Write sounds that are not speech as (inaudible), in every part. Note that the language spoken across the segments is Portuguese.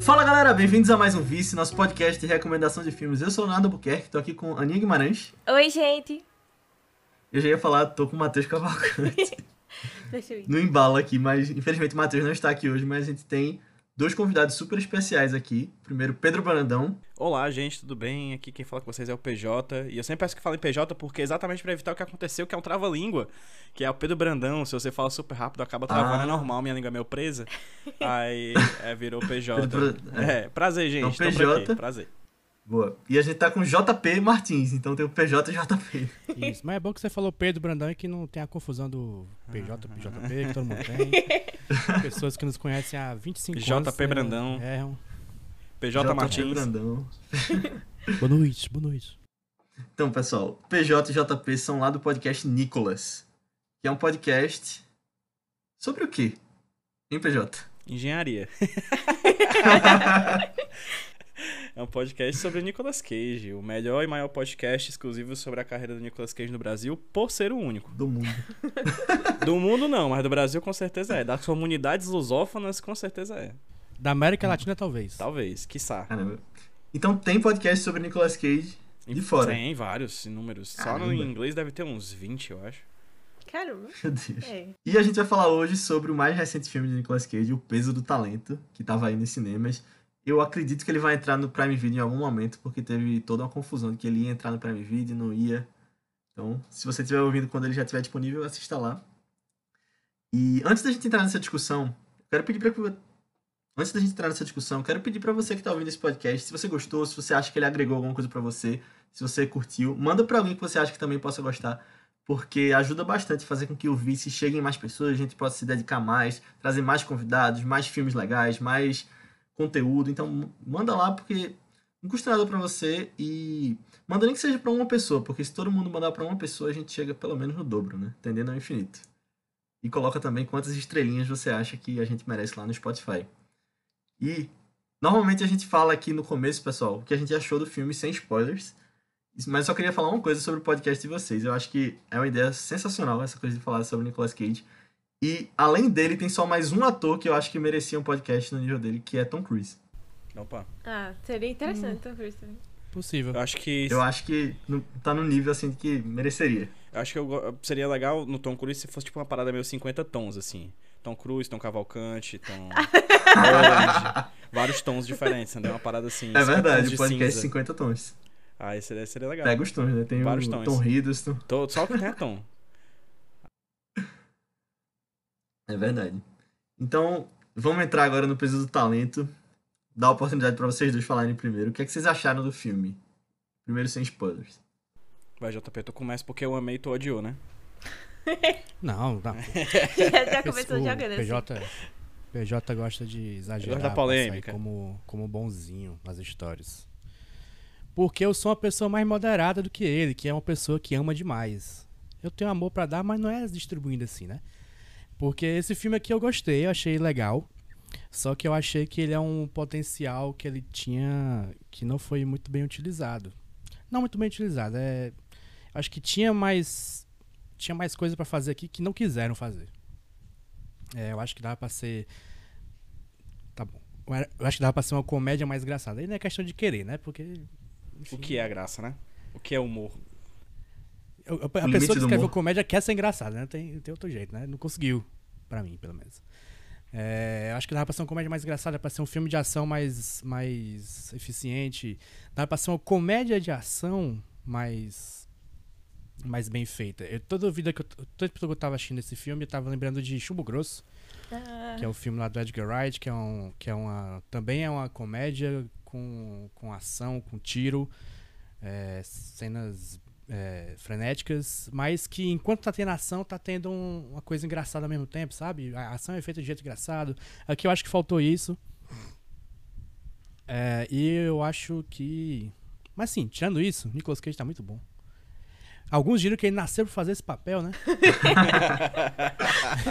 Fala galera, bem-vindos a mais um Vice, nosso podcast de recomendação de filmes. Eu sou o Nado Buquerque, tô aqui com Aninha Guimarães. Oi, gente. Eu já ia falar, tô com o Matheus Cavalcante Deixa eu (laughs) ir. no embalo aqui, mas infelizmente o Matheus não está aqui hoje, mas a gente tem dois convidados super especiais aqui. Primeiro, Pedro Brandão. Olá, gente, tudo bem? Aqui quem fala com vocês é o PJ. E eu sempre peço que falem PJ porque é exatamente pra evitar o que aconteceu, que é um trava-língua, que é o Pedro Brandão. Se você fala super rápido, acaba travando, Ah. é normal, minha língua é (laughs) meio presa. Aí é, virou Pedro PJ. Bra- É, prazer, gente. Então, Tô por aqui, PJ. prazer. Boa. E a gente tá com JP Martins, então tem o PJ e JP. Isso, mas é bom que você falou Pedro Brandão e que não tem a confusão do PJ, Ah. PJP, que todo mundo tem. (laughs) Pessoas que nos conhecem há 25 anos. JP Brandão. É, um... PJ, Martins. Brandão. Boa noite, boa noite. Então, pessoal, PJ e JP são lá do podcast Nicolas, que é um podcast sobre o quê? Hein, PJ? Engenharia. é um podcast sobre o Nicolas Cage, o melhor e maior podcast exclusivo sobre a carreira do Nicolas Cage no Brasil, por ser o único. Do mundo. Do mundo não, mas do Brasil com certeza é. Das comunidades lusófonas com certeza é. Da América Latina, talvez. Talvez, quiçá. Caramba. Então tem podcast sobre Nicolas Cage (laughs) de fora. Tem vários números. Só no Caramba. inglês deve ter uns 20, eu acho. Caramba. Meu Deus. É. E a gente vai falar hoje sobre o mais recente filme de Nicolas Cage, O Peso do Talento, que tava aí nos cinemas. Eu acredito que ele vai entrar no Prime Video em algum momento, porque teve toda uma confusão de que ele ia entrar no Prime Video e não ia. Então, se você estiver ouvindo quando ele já estiver disponível, assista lá. E antes da gente entrar nessa discussão, quero pedir para Antes da gente entrar nessa discussão, quero pedir para você que tá ouvindo esse podcast, se você gostou, se você acha que ele agregou alguma coisa para você, se você curtiu, manda para alguém que você acha que também possa gostar porque ajuda bastante a fazer com que o vice chegue em mais pessoas, a gente possa se dedicar mais, trazer mais convidados, mais filmes legais, mais conteúdo. Então, m- manda lá, porque não custa nada pra você e manda nem que seja pra uma pessoa, porque se todo mundo mandar pra uma pessoa, a gente chega pelo menos no dobro, né? Tendendo ao infinito. E coloca também quantas estrelinhas você acha que a gente merece lá no Spotify. E normalmente a gente fala aqui no começo, pessoal, o que a gente achou do filme sem spoilers. Mas só queria falar uma coisa sobre o podcast de vocês. Eu acho que é uma ideia sensacional essa coisa de falar sobre o Nicolas Cage. E além dele, tem só mais um ator que eu acho que merecia um podcast no nível dele, que é Tom Cruise. Opa. Ah, seria interessante, né? Tom Cruise também. Possível. Eu acho que. Eu acho que no- tá no nível assim que (laughs) mereceria. Eu acho que eu go- seria legal no Tom Cruise se fosse tipo uma parada meio 50 tons, assim. Tom Cruise, Tom Cavalcante, (laughs) Tom. É Holland, vários tons diferentes, entendeu? Uma parada assim. É 50 tons verdade, de o podcast cinza. 50 tons. Aí seria, seria legal. Pega os tons, né? Tem Vários o tons. Tom Hiddleston. Tô- só o que tem é tom. É verdade. Então, vamos entrar agora no peso do talento. Dar a oportunidade pra vocês dois falarem primeiro. O que, é que vocês acharam do filme? Primeiro sem spoilers. Vai, JP, tu começa porque eu amei e tu odiou, né? (laughs) Não, não. (laughs) Já, já Esse- começou o jogando assim. PJ, PJ gosta de exagerar. Gosta da pra sair polêmica. Como, como bonzinho nas histórias. Porque eu sou uma pessoa mais moderada do que ele, que é uma pessoa que ama demais. Eu tenho amor pra dar, mas não é distribuindo assim, né? Porque esse filme aqui eu gostei, eu achei legal. Só que eu achei que ele é um potencial que ele tinha que não foi muito bem utilizado. Não muito bem utilizado, é acho que tinha mais tinha mais coisa pra fazer aqui que não quiseram fazer. É, eu acho que dava pra ser. Tá bom. Eu era- Eu acho que dava pra ser uma comédia mais engraçada. Aí não é questão de querer, né? Porque. enfim, O que é a graça, né? O que é humor? eu- eu- O a limite do pessoa que escreveu humor. comédia quer ser engraçada, né? Tem, tem outro jeito, né? Não conseguiu. Pra mim, pelo menos. É, eu acho que dava pra ser uma comédia mais engraçada, pra ser um filme de ação mais, mais eficiente. Dava pra ser uma comédia de ação mais. mais bem feita. Eu, toda vida que eu, toda vez que eu tava assistindo esse filme, eu tava lembrando de Chumbo Grosso. Ah, que é o filme lá do Edgar Wright, que é, um, que é uma. Também é uma comédia com, com ação, com tiro, é, cenas é, frenéticas, mas que enquanto tá tendo ação, tá tendo um- uma coisa engraçada ao mesmo tempo, sabe? A ação é feita de jeito engraçado. Aqui eu acho que faltou isso. É, e eu acho que. Mas sim, tirando isso, Nicolas Cage tá muito bom. Alguns diriam que ele nasceu pra fazer esse papel, né?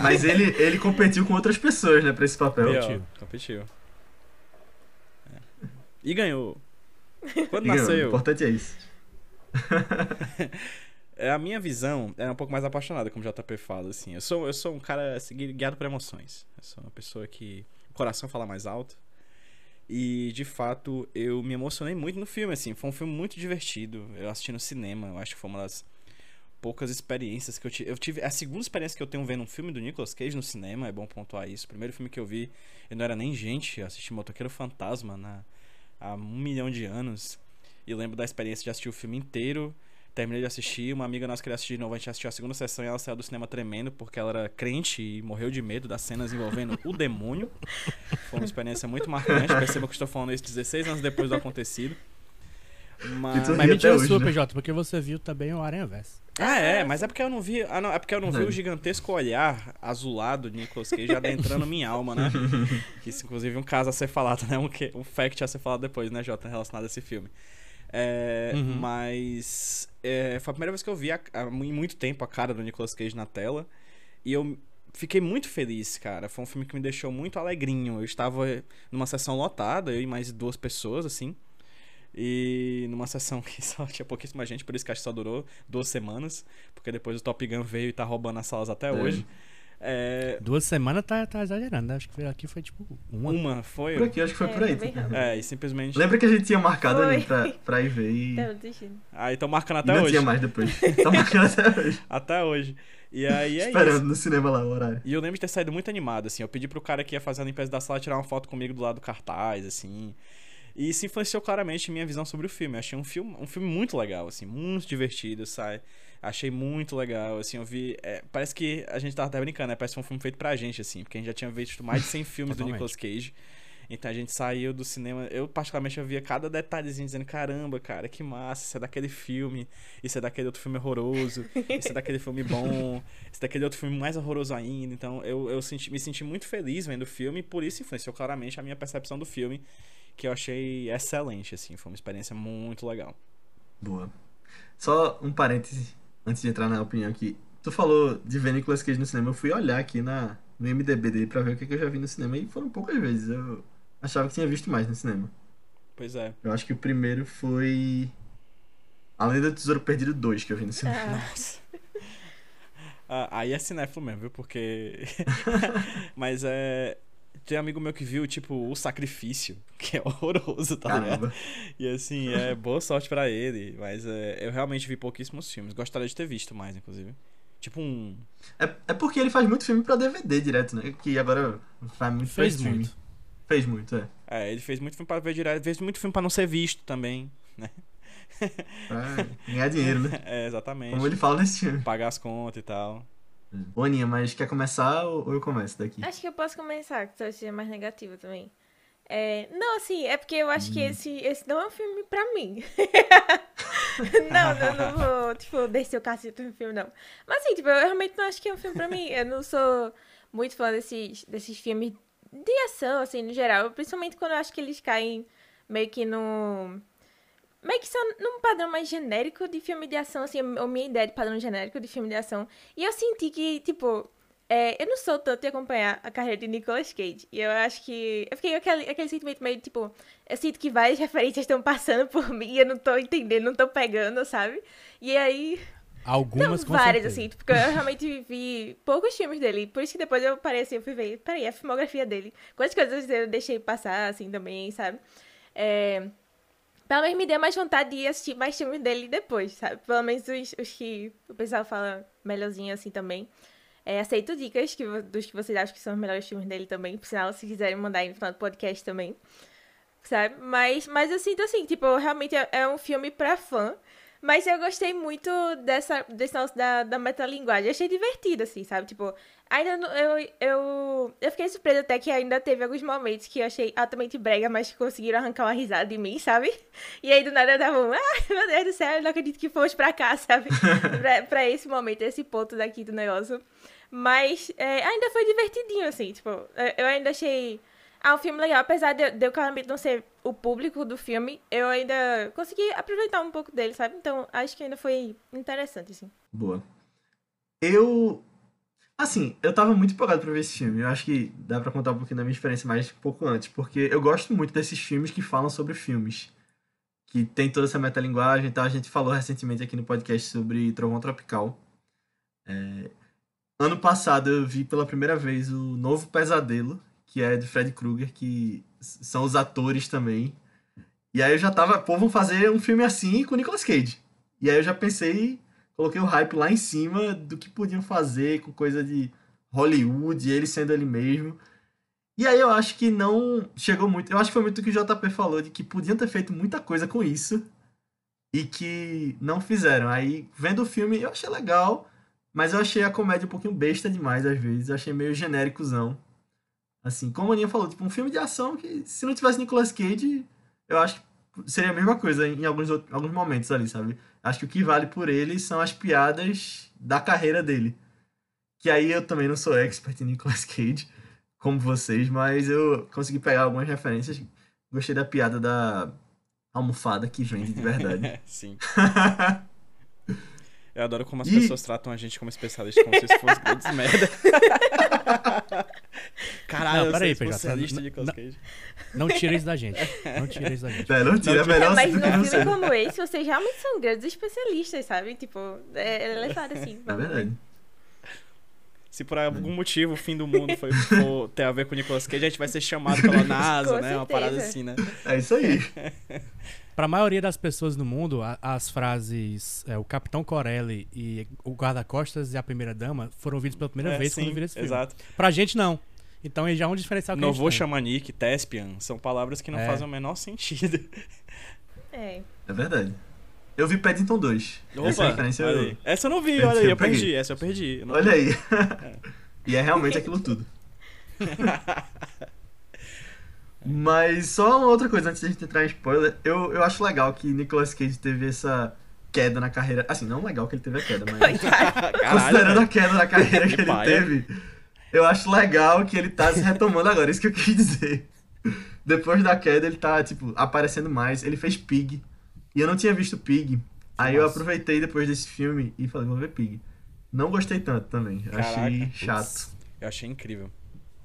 Mas ele, ele competiu com outras pessoas, né, pra esse papel. Pior, tio. Competiu. É. (laughs) E ganhou. Quando Diga, O nasceu. importante é isso. É, a minha visão é um pouco mais apaixonada, como o JP fala, assim. Eu sou, eu sou um cara assim, gui- guiado por emoções. Eu sou uma pessoa que. O coração fala mais alto. E, de fato, eu me emocionei muito no filme, assim. Foi um filme muito divertido. Eu assisti no cinema. Eu acho que foi uma das poucas experiências que eu tive. Eu tive é a segunda experiência que eu tenho vendo um filme do Nicolas Cage no cinema. É bom pontuar isso. O primeiro filme que eu vi, eu não era nem gente. Eu assisti Motoqueiro Fantasma na, há um milhão de anos. E lembro da experiência de assistir o filme inteiro. Terminei de assistir, uma amiga nossa queria assistir de novo, a gente assistiu a segunda sessão e ela saiu do cinema tremendo porque ela era crente e morreu de medo das cenas envolvendo o demônio. Foi uma experiência muito marcante, perceba que eu estou falando isso 16 anos depois do acontecido. Mas... Eu ri Mas mentira até hoje, sua, né? PJ, porque você viu também o Aranha Verso. Ah, é, mas é porque eu não vi, ah, não, é porque eu não vi Não. o gigantesco olhar azulado de Nicolas Cage adentrando minha alma, né? Que isso, inclusive, é um caso a ser falado, né? Um, que- um fact a ser falado depois, né, Jota, relacionado a esse filme. É, Mas é, foi a primeira vez que eu vi a- a- em muito tempo a cara do Nicolas Cage na tela. E eu fiquei muito feliz, cara. Foi um filme que me deixou muito alegrinho. Eu estava numa sessão lotada, eu e mais duas pessoas, assim. E numa sessão que (laughs) só tinha pouquíssima gente, por isso que acho que só durou duas semanas. Porque depois o Top Gun veio e tá roubando as salas até hoje. É, Duas semanas tá, tá exagerando, né? Acho que foi- aqui foi tipo uma. uma foi. Por aqui, acho que foi É, por aí. também tá? não. É, e simplesmente. Lembra que a gente tinha marcado Foi. ali pra, pra ir ver e, Tá, eu desistindo. Aí estão Ah, então marcando e até não hoje. tinha mais depois. (laughs) Tá marcando até hoje. Até hoje. E (laughs) aí é isso. Esperando no cinema lá o horário. E eu lembro de ter saído muito animado, assim. Eu pedi pro cara que ia fazer a limpeza da sala tirar uma foto comigo do lado do cartaz, assim. E isso influenciou claramente minha visão sobre o filme. Eu achei um filme, um filme muito legal, assim, muito divertido, sabe? Achei muito legal, assim, eu vi. é, parece que a gente tava até brincando, né? Parece que foi um filme feito pra gente, assim, porque a gente já tinha visto mais de 100 filmes do Totalmente. Nicolas Cage. Então a gente saiu do cinema. Eu, particularmente, eu via cada detalhezinho dizendo: caramba, cara, que massa, isso é daquele filme, isso é daquele outro filme horroroso, isso é daquele filme bom, isso é daquele outro filme mais horroroso ainda. Então eu, eu senti- me senti muito feliz vendo o filme e por isso influenciou claramente a minha percepção do filme, que eu achei excelente, assim. Foi uma experiência muito legal. Boa. Só um parêntese antes de entrar na opinião aqui. Tu falou de ver Nicolas Cage no cinema. Eu fui olhar aqui na, no MDB dele pra ver o que, que eu já vi no cinema e foram poucas vezes. Eu achava que tinha visto mais no cinema. Pois é. Eu acho que o primeiro foi. Além do Tesouro Perdido 2 que eu vi no cinema. Ah, Nossa. Ah, aí é cinéfilo mesmo, viu? Porque. (laughs) Mas é. Tem amigo meu que viu, tipo, O Sacrifício, (laughs) que é horroroso, tá ligado? Caramba. E assim, é boa sorte pra ele. Mas é, eu realmente vi pouquíssimos filmes. Gostaria de ter visto mais, inclusive. Tipo um. É, é porque ele faz muito filme pra DVD direto, né? Que agora faz muito pra Fez streaming. muito. Fez muito, é. É, ele fez muito filme pra ver direto. Fez muito filme pra não ser visto também. Pra ganhar dinheiro, (laughs) né? (laughs) É, exatamente. Como ele fala nesse filme. Pagar as contas e tal. Ô, Aninha, mas quer começar ou ou eu começo daqui? Acho que eu posso começar, que talvez seja mais negativa também. É, não, assim, é porque eu acho que esse, esse não é um filme pra mim. não, eu não vou, tipo, descer o cacete no filme, não. Mas assim, tipo, eu realmente não acho que é um filme pra mim. Eu não sou muito fã desses, desses filmes de ação, assim, no geral. Principalmente quando eu acho que eles caem meio que no. Meio que só num padrão mais genérico de filme de ação, assim, ou minha ideia de padrão genérico de filme de ação. E eu senti que, tipo, é, eu não sou tanto de acompanhar a carreira de Nicolas Cage. E eu acho que. Eu fiquei com aquele, aquele sentimento meio tipo. Eu sinto que várias (laughs) referências estão passando por mim e eu não tô entendendo, não tô pegando, sabe? E aí. Algumas não, com várias, certeza. assim, porque eu realmente vi poucos filmes dele. Por isso que depois eu parei assim, eu fui ver. Peraí, a filmografia dele. Quantas coisas eu deixei passar, assim, também, sabe? É. Pelo menos me deu mais vontade de assistir mais filmes dele depois, sabe? Pelo menos os, os que o pessoal fala melhorzinho assim também. É, aceito dicas que vo- dos que vocês acham que são os melhores filmes dele também. Por sinal, se quiserem mandar aí no final do podcast também. Sabe? Mas, mas eu sinto assim, tipo, realmente é, é um filme pra fã. Mas eu gostei muito dessa, desse lance da, da metalinguagem. Eu achei divertido, assim, sabe? Tipo, ainda não- eu, eu, eu fiquei surpresa até que ainda teve alguns momentos que eu achei altamente brega, mas conseguiram arrancar uma risada de mim, sabe? E aí do nada eu tava, ah, meu Deus do céu, eu não acredito que fomos pra cá, (laughs) sabe? pra, pra esse momento, esse ponto daqui do negócio. Mas é, ainda foi divertidinho, assim, tipo, eu- eu ainda achei. Ah, um filme legal, apesar de, eu- de eu claramente não ser o público do filme, eu ainda consegui aproveitar um pouco dele, sabe? Então acho que ainda foi interessante, assim. Boa. Eu. Assim, eu tava muito empolgado pra ver esse filme. Eu acho que dá pra contar um pouquinho da minha experiência mais um pouco antes, porque eu gosto muito desses filmes que falam sobre filmes. Que tem toda essa metalinguagem e tal. A gente falou recentemente aqui no podcast sobre Trovão Tropical. É, Ano passado eu vi pela primeira vez o Novo Pesadelo, que é de Fred Krueger, que s- são os atores também. E aí eu já tava, pô, vamos fazer um filme assim com o Nicolas Cage. E aí eu já pensei, coloquei o hype lá em cima do que podiam fazer com coisa de Hollywood, ele sendo ele mesmo. E aí eu acho que não chegou muito. Eu acho que foi muito o que o JP falou, de que podiam ter feito muita coisa com isso e que não fizeram. Aí, vendo o filme, eu achei legal, mas eu achei a comédia um pouquinho besta demais às vezes. Eu achei meio genéricozão. Assim, como a Aninha falou, tipo, um filme de ação que se não tivesse Nicolas Cage, eu acho que seria a mesma coisa em alguns, outros- alguns momentos ali, sabe? Acho que o que vale por ele são as piadas da carreira dele. Que aí eu também não sou expert em Nicolas Cage, como vocês, mas eu consegui pegar algumas referências. Gostei da piada da almofada que vende de (laughs) verdade. É, (laughs) Sim. Eu adoro como as E- pessoas tratam a gente como especialista, como se isso (laughs) fosse grandes merda. Caralho, Não, eu peraí, sou PJ, especialista não- de Nicolas não- Cage. assim. Não tira isso da (laughs) gente. Não tira isso da gente. É, não tira, é melhor Não, mas do num que não filme ser. como esse, vocês realmente são grandes especialistas, sabe? Tipo, é, é elevado assim. É verdade. Se por algum motivo o fim do mundo foi, for ter a ver com o Nicolas Cage, a gente vai ser chamado (laughs) pela NASA, né? Com Uma parada certeza. assim, né? É isso aí. Pra maioria das pessoas no mundo, a- as frases é, o Capitão Corelli e o Guarda-Costas e a Primeira Dama foram ouvidas pela primeira É, vez sim, quando viram esse filme. Exato. Pra gente, não. Então aí já é um diferencial que a gente Novo tem. Xamanique, Tespian, são palavras que não É. fazem o menor sentido. É. É verdade. Eu vi Paddington 2. Essa Opa, referência olha eu... aí. Essa eu não vi, Essa olha aí, eu eu perdi, peguei. essa eu perdi. Eu não- Olha aí. (laughs) e é realmente aquilo tudo. (laughs) Mas só uma outra coisa antes da gente entrar em spoiler. Eu, eu acho legal que Nicolas Cage teve essa queda na carreira. Assim, não legal que ele teve a queda, (laughs) mas. Considerando Caralho, a queda na carreira Que que ele paia. teve, eu acho legal que ele tá se retomando agora, isso que eu quis dizer. Depois da queda, ele tá, tipo, aparecendo mais. Ele fez Pig. E eu não tinha visto Pig. Aí eu Nossa. aproveitei depois desse filme e falei, vou ver Pig. Não gostei tanto também. Eu achei Caraca. chato. eu achei incrível.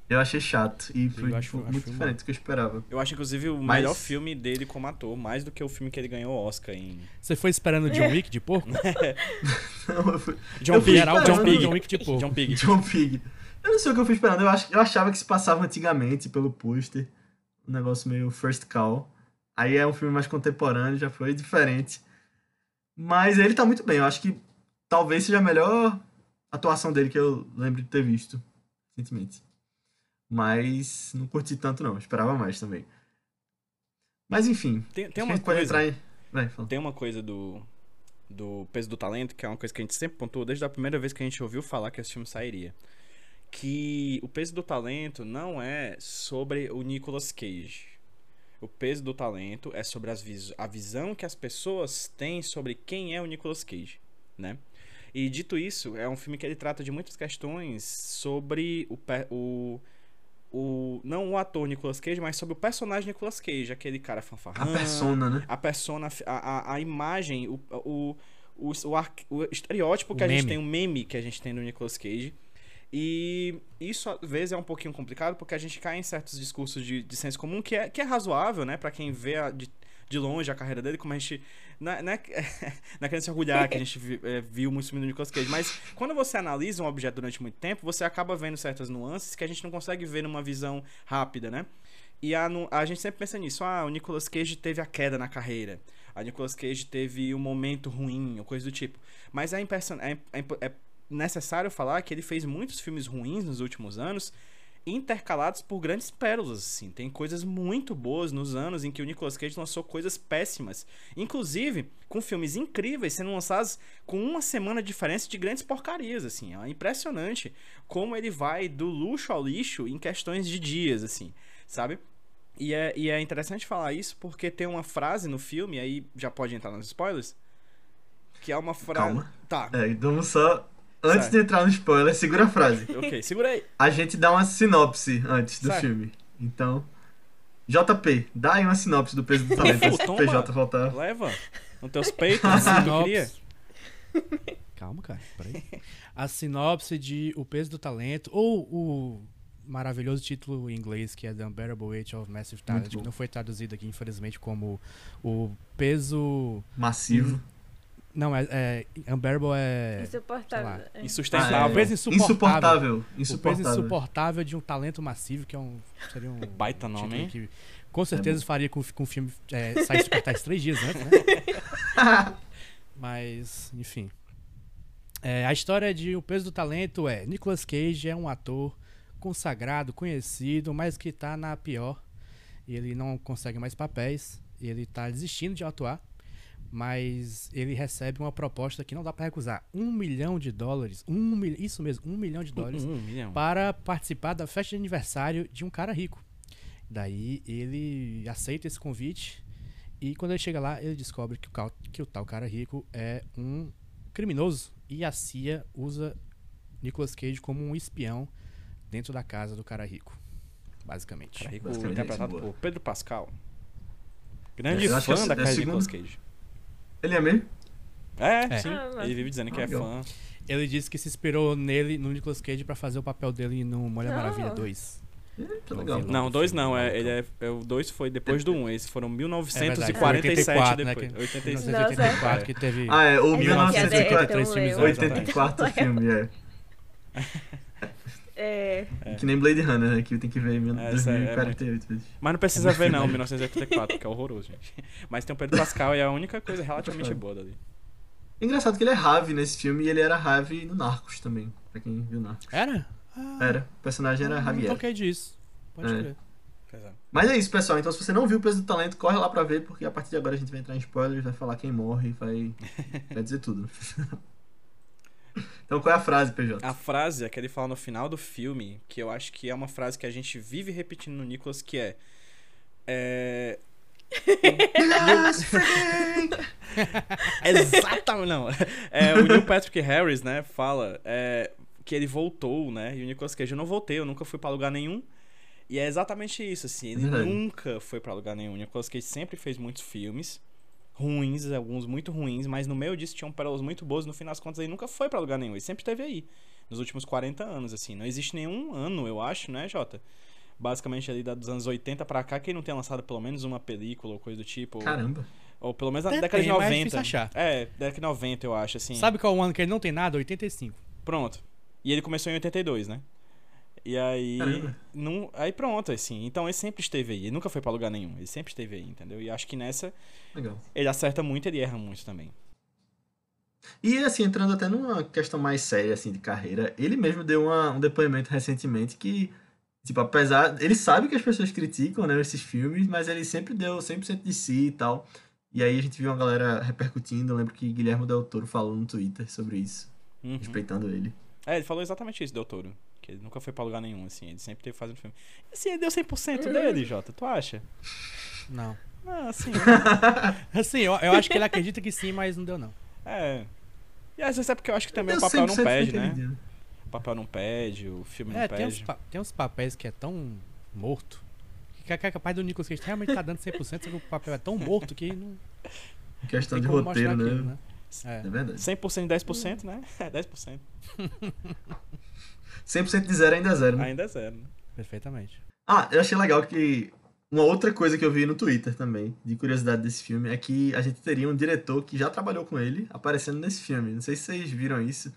Eu achei chato. E foi acho- tipo, acho muito uma- diferente do que eu esperava. (laughs) Eu acho, inclusive, o Mas- melhor filme dele como ator, mais do que o filme que ele ganhou o Oscar em. Você foi esperando John Wick de porco? Não, eu fui- John fui Pig, Geral, esperando- John John, Pig. John Wick tipo. de porco. (laughs) John Pig. John Pig. Eu não sei o que eu fui esperando. Eu, ach- eu achava que se passava antigamente pelo pôster. Um negócio meio first call. Aí é um filme mais contemporâneo, já foi diferente. Mas ele tá muito bem. Eu acho que talvez seja a melhor atuação dele que eu lembro de ter visto recentemente. Mas não curti tanto, não. Esperava mais também. Mas enfim. Tem, tem acho que uma a gente pode coisa. entrar em. Vai, fala. Tem uma coisa do. Do peso do talento, que é uma coisa que a gente sempre pontuou desde a primeira vez que a gente ouviu falar que esse filme sairia. Que o peso do talento não é sobre o Nicolas Cage. O peso do talento é sobre as vis- a visão que as pessoas têm sobre quem é o Nicolas Cage, né? E dito isso, é um filme que ele trata de muitas questões sobre o, pe- o, o não o ator Nicolas Cage, mas sobre o personagem Nicolas Cage, aquele cara A fanfarrão, persona, né? a persona, a, a, a imagem, o, o, o, o, ar- o estereótipo O que a gente meme. tem, o meme que a gente tem do Nicolas Cage. E isso às vezes é um pouquinho complicado porque a gente cai em certos discursos de, de senso comum que é, que é razoável, né? Pra quem vê a- de, de longe a carreira dele, como a gente. Não é, não é, (laughs) não é querendo se orgulhar que a gente vi- eh, viu muito filme do Nicolas Cage, mas quando você analisa um objeto durante muito tempo, você acaba vendo certas nuances que a gente não consegue ver numa visão rápida, né? E a, nu- a gente sempre pensa nisso. Ah, o Nicolas Cage teve a queda na carreira. A Nicolas Cage teve um momento ruim, ou coisa do tipo. Mas é, imperson- é, imp- é imp- é necessário falar que ele fez muitos filmes ruins nos últimos anos, intercalados por grandes pérolas, assim. Tem coisas muito boas nos anos em que o Nicolas Cage lançou coisas péssimas. Inclusive, com filmes incríveis sendo lançados com uma semana de diferença de grandes porcarias, assim. É impressionante como ele vai do luxo ao lixo em questões de dias, assim sabe? E é, e é interessante falar isso porque tem uma frase no filme, aí já pode entrar nos spoilers, que é uma frase. Calma. Tá, É, então vamos só. Antes Sai. de entrar no spoiler, segura a frase. ok, segura aí. A gente dá uma sinopse antes do Certo. filme. Então. JP, dá aí uma sinopse do peso do talento Pô, (laughs) antes do toma. PJ voltar. Leva nos teus peitos, assim que tu queria. (laughs) Calma, cara. Peraí. A sinopse de O Peso do Talento, ou o maravilhoso título em inglês que é The Unbearable Weight of Massive Talent, bom. que não foi traduzido aqui, infelizmente, como O Peso Massivo. Não, é, é Unbearable é. Insuportável. É. Ah, é. O Insustentável. peso insuportável. O peso Insuportável. insuportável de um talento massivo, que é um. Seria um. (laughs) Baita título nome, hein? que com certeza faria com, com o filme é, saísse do cartaz três dias antes, né? Mas, enfim. É, a história de O Peso do Talento é: Nicolas Cage é um ator consagrado, conhecido, mas que tá na pior. E ele não consegue mais papéis. E ele tá desistindo de atuar. Mas ele recebe uma proposta que não dá pra recusar. Um milhão de dólares. Um mil... Isso mesmo, um milhão de dólares Um milhão. para participar da festa de aniversário de um cara rico. Daí ele aceita esse convite e quando ele chega lá, ele descobre que o, cal- que o tal cara rico é um criminoso e a CIA usa Nicolas Cage como um espião dentro da casa do cara rico, basicamente. Cara rico Basicamente interpretado isso, é boa. por Pedro Pascal. Grande Eu acho que é fã o- é da o carreira de segundo- Nicolas Cage. Ele é mesmo? É, É. sim. Ah, mas- Ele vive dizendo que é Legal. fã. Ele disse que se inspirou nele, no Nicolas Cage, pra fazer o papel dele no Mulher Não. Maravilha 2. Eita, é, tá legal. Não, Não, o dois não. É, Não, ele é, é- o dois foi depois do um. Esses É foram É verdade, 1947 foi 84, né, depois. que- 86. 1984, que teve... Ah, é, o É, um eu- 1984 84 (laughs) filme, é. É, Que nem Blade Runner, né? Que tem que ver em Essa é 2048 vezes. Mas não precisa É ver, não, 1984, que é horroroso, gente. Mas tem o Pedro Pascal e é a única coisa relativamente Pascal. boa dali. Engraçado que ele é Rave nesse filme e ele era Rave no Narcos também, pra quem viu Narcos. Era? Ah, Era, o personagem era Não Javier. toquei disso. Pode É. crer. Pois é. Mas é isso, pessoal. Então, se você não viu o Peso do Talento, corre lá pra ver, porque a partir de agora a gente vai entrar em spoilers, vai falar quem morre, (laughs) vai, vai dizer tudo. (laughs) então, qual é a frase, PJ? A frase é que ele fala no final do filme, que eu acho que é uma frase que a gente vive repetindo no Nicolas, que é. É. Yes, Frank! (laughs) Exatamente, não. É, o Neil Patrick Harris, né, fala é, que ele voltou, né? E o Nicolas Cage, eu não voltei, eu nunca fui pra lugar nenhum. E é exatamente isso, assim, ele Verdade. nunca foi pra lugar nenhum. O Nicolas Cage sempre fez muitos filmes ruins, alguns muito ruins, mas no meio disso tinham pérolas muito boas, no fim das contas ele nunca foi pra lugar nenhum, ele sempre esteve aí. Nos últimos 40 anos, assim, não existe nenhum ano, eu acho, né, Jota? Basicamente ali da- dos anos 80 pra cá, quem não tenha lançado pelo menos uma película ou coisa do tipo. ou- Caramba. ou pelo menos na Até década tem, de mas é 90. difícil achar. É, década de 90, eu acho, assim. Sabe qual ano que ele não tem nada? 85. Pronto. E ele começou em 82, né? E aí. Caramba. Não, aí pronto, assim. Então ele sempre esteve aí. Ele nunca foi pra lugar nenhum. Ele sempre esteve aí, entendeu? E acho que nessa Legal. ele acerta muito ele erra muito também. E assim, entrando até numa questão mais séria assim de carreira, ele mesmo deu uma- um depoimento recentemente que, tipo, apesar. Ele sabe que as pessoas criticam, né, esses filmes, mas ele sempre deu 100% de si e tal. E aí a gente viu uma galera repercutindo. Eu lembro que Guilherme Del Toro falou no Twitter sobre isso, Uhum. respeitando ele. É, ele falou exatamente isso, Doutor. Que ele nunca foi pra lugar nenhum, assim. Ele sempre teve fazendo filme. Assim, ele deu É. 100% dele, Jota, tu acha? Não. Ah, (laughs) assim. Assim, eu, eu acho que ele acredita que sim, mas não deu não. é. E às vezes é porque eu acho que também Deu o papel não 100% pede, né? entendido. O papel não pede, o filme não É, tem uns, pede. pa- tem uns papéis que é tão morto. Que ca- que é capaz do Nicolas Cage realmente tá dando 100%, só que o papel é tão morto que não Questão tem de como mostrar roteiro, né? aquilo, né? É É. verdade. 100% de 10%, né? (laughs) É 10%. 100% de zero ainda é zero, né? Ainda é zero, né? Perfeitamente. Ah, eu achei legal que uma outra coisa que eu vi no Twitter também, de curiosidade desse filme, é que a gente teria um diretor que já trabalhou com ele aparecendo nesse filme. Não sei se vocês viram isso,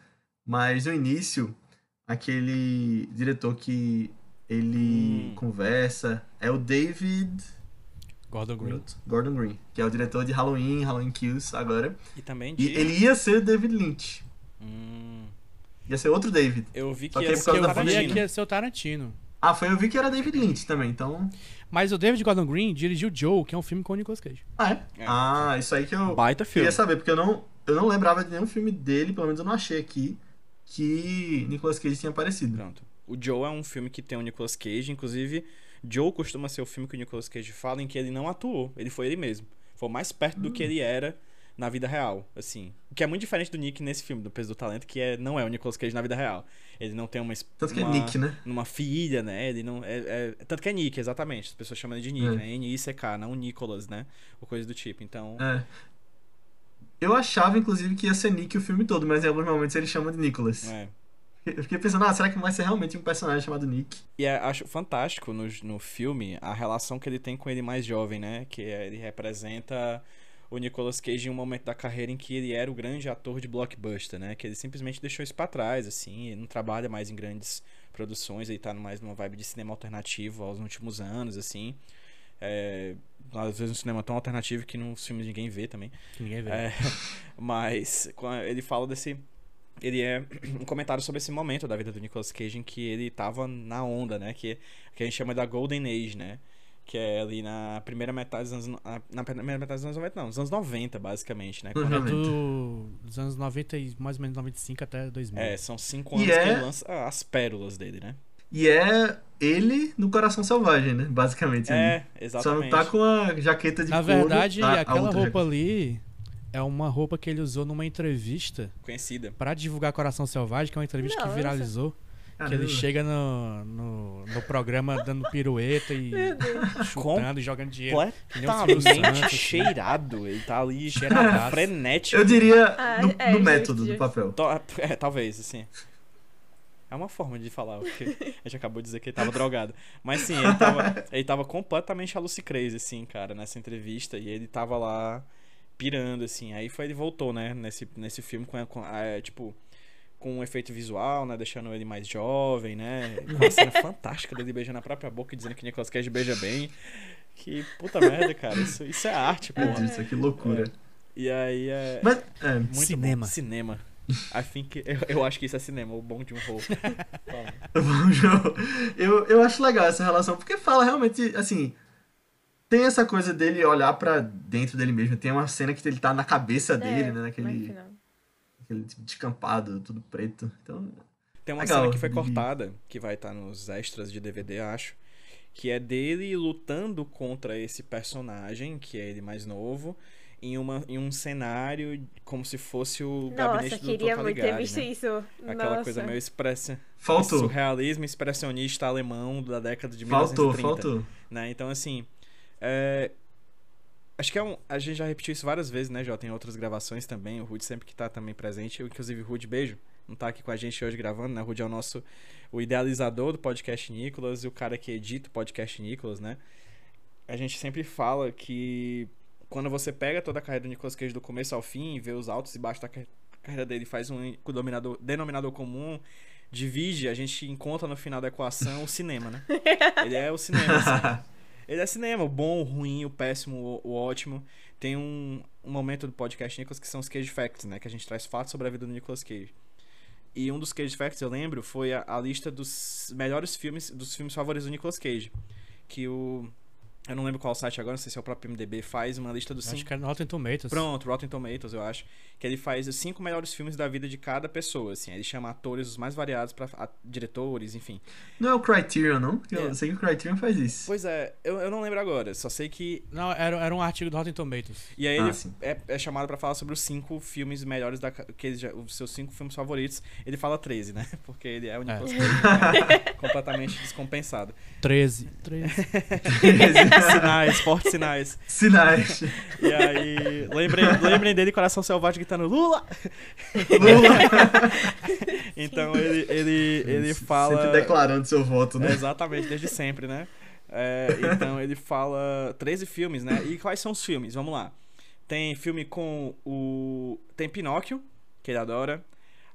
mas no início, aquele diretor que ele Hum. conversa é o David Gordon Green. Gordon Green, que é o diretor de Halloween, Halloween Kills agora. E também E de. ele ia ser o David Lynch. Hum, Ia ser outro David. eu vi que Só que ia é por ser causa o da Eu sabia Tarantino. que ia ser o Tarantino. Ah, foi eu vi que era David Lynch também, então. Mas o David Gordon Green dirigiu Joe, que é um filme com o Nicolas Cage. Ah, é? É. um Ah, isso aí que eu. Baita filme. Queria saber, porque eu não, eu não lembrava de nenhum filme dele, pelo menos eu não achei aqui, que Nicolas Cage tinha aparecido. Pronto. O Joe é um filme que tem o Nicolas Cage, inclusive, Joe costuma ser o filme que o Nicolas Cage fala em que ele não atuou, ele foi ele mesmo. Foi mais perto do que ele era na vida real, assim. O que é muito diferente do Nick nesse filme, do Peso do Talento, que é, não é o Nicolas Cage na vida real. Ele não tem uma. es- Tanto que uma- é Nick, né? numa filha, né? Ele não. É, é- tanto que é Nick, exatamente. As pessoas chamam ele de Nick, É. né? N-I-C-K, não Nicolas, né? Ou coisa do tipo. Então. É. Eu achava, inclusive, que ia ser Nick o filme todo, mas em alguns momentos ele chama de Nicolas. é. Eu fiquei pensando, ah, será que vai ser realmente um personagem chamado Nick? E é- acho fantástico no, no filme a relação que ele tem com ele mais jovem, né? Que é- ele representa o o Nicolas Cage em um momento da carreira em que ele era o grande ator de blockbuster, né? Que ele simplesmente deixou isso pra trás, assim, ele não trabalha mais em grandes produções, ele tá mais numa vibe de cinema alternativo aos últimos anos, assim. É, às vezes um cinema tão alternativo que nos filmes ninguém vê também. Que ninguém vê. É, mas com a- ele fala desse. Ele é (clears throat) um comentário sobre esse momento da vida do Nicolas Cage em que ele tava na onda, né? Que, que a gente chama da Golden Age, né? Que é ali na primeira metade dos anos. no- Na, na primeira metade dos anos 90, não, dos anos 90, basicamente, né? Quando- É Realmente. do, dos anos 90 e mais ou menos 95 até 2000. é, são cinco E anos que é- ele lança as pérolas dele, né? E é ele no Coração Selvagem, né? Basicamente. ali. É, Só não exatamente. tá com a jaqueta de Na couro, verdade, Ah, a- a aquela outra roupa ali é uma roupa que ele usou numa entrevista Conhecida. pra divulgar Coração Selvagem, que é uma entrevista que Nossa. viralizou. jaqueta. Que ele Caramba. chega no, no, no programa dando pirueta e Meu Deus. chutando e jogando dinheiro. Completamente cheirado. Ele tá ali cheirado, Cheiradaço. frenético. (laughs) Eu diria Ah, no, é, no gente, método do gente. papel. To- É, (laughs) talvez, assim. É uma forma de falar, porque a gente acabou de dizer que ele tava drogado. Mas sim, ele tava, ele tava completamente alucicrazy, assim, cara, nessa entrevista. E ele tava lá pirando, assim. Aí foi, ele voltou, né, nesse, nesse filme com, a- com a- é, tipo, com um efeito visual, né, deixando ele mais jovem, né. Com (laughs) uma cena fantástica dele beijando a própria boca e dizendo que Nicolas Cage beija bem. Que puta merda, cara. Isso, isso é arte, pô. Meu Deus, isso que loucura. E aí é... Mas, é, Muito Cinema. bom. Cinema. I think, eu, eu acho que isso é cinema, o bom de um rolo. (laughs) Bom jogo. Eu, eu acho legal essa relação, porque fala realmente, assim. Tem essa coisa dele olhar pra dentro dele mesmo. Tem uma cena que ele tá na cabeça dele, né? É, mas Naquele, não. naquele tipo descampado, tudo preto. Então, Tem uma Legal. cena que foi cortada, que vai estar nos extras de DVD, acho, que é dele lutando contra esse personagem, que é ele mais novo, em, uma, em um cenário como se fosse o Nossa, gabinete do queria Dr. muito ter Caligari, visto né? isso. Aquela Nossa. coisa meio expressa, faltou. surrealismo expressionista alemão da década de Faltou, 1930. faltou. né? Então, assim. é, Acho que é um. A gente já repetiu isso várias vezes, né, Jota? Tem outras gravações também. O Rude sempre que tá também presente. Eu, inclusive, Rude, beijo. Não tá aqui com a gente hoje gravando, né? O Rude é o nosso. O idealizador do podcast Nicolas e o cara que edita o podcast Nicolas, né? A gente sempre fala que. Quando você pega toda a carreira do Nicolas Cage do começo ao fim, vê os altos e baixos da carre- carreira dele, faz um denominador, denominador comum, divide, a gente encontra no final da equação o cinema, né? Ele é o cinema, assim. Ele é cinema, o bom, o ruim, o péssimo, o, o ótimo. Tem um, um momento do podcast Nicolas que são os Cage Facts, né? Que a gente traz fatos sobre a vida do Nicolas Cage. E um dos Cage Facts, eu lembro, foi a, a lista dos melhores filmes, dos filmes favoritos do Nicolas Cage. Que o. Eu não lembro qual site agora, não sei se é o próprio MDB, faz uma lista dos Acho cinco. que é era no Rotten Tomatoes. Pronto, Rotten Tomatoes, eu acho. Que ele faz os cinco melhores filmes da vida de cada pessoa, assim. Ele chama atores os mais variados para diretores, enfim. (laughs) Não é o Criterion, não? Porque É. Eu sei que o Criterion faz isso. Pois é, eu, eu não lembro agora, só sei que Não, era, era um artigo do Rotten Tomatoes. E aí Ah, ele sim. (laughs) é, é chamado pra falar sobre os cinco filmes melhores da ca- que ele já, os seus cinco filmes favoritos. Ele fala 13, né? (laughs) Porque ele é o Nicolas Cage, né? (laughs) completamente descompensado. 13. 13. Sinais, fortes sinais. (laughs) Sinais. E aí, lembrem, lembrem dele Coração Selvagem gritando Lula. Então ele ele ele fala Sempre declarando seu voto, né? É, Exatamente, desde sempre, né? É, então ele fala 13 filmes, né? E quais são os filmes? Vamos lá. Tem filme com o. Tem Pinóquio, que ele adora.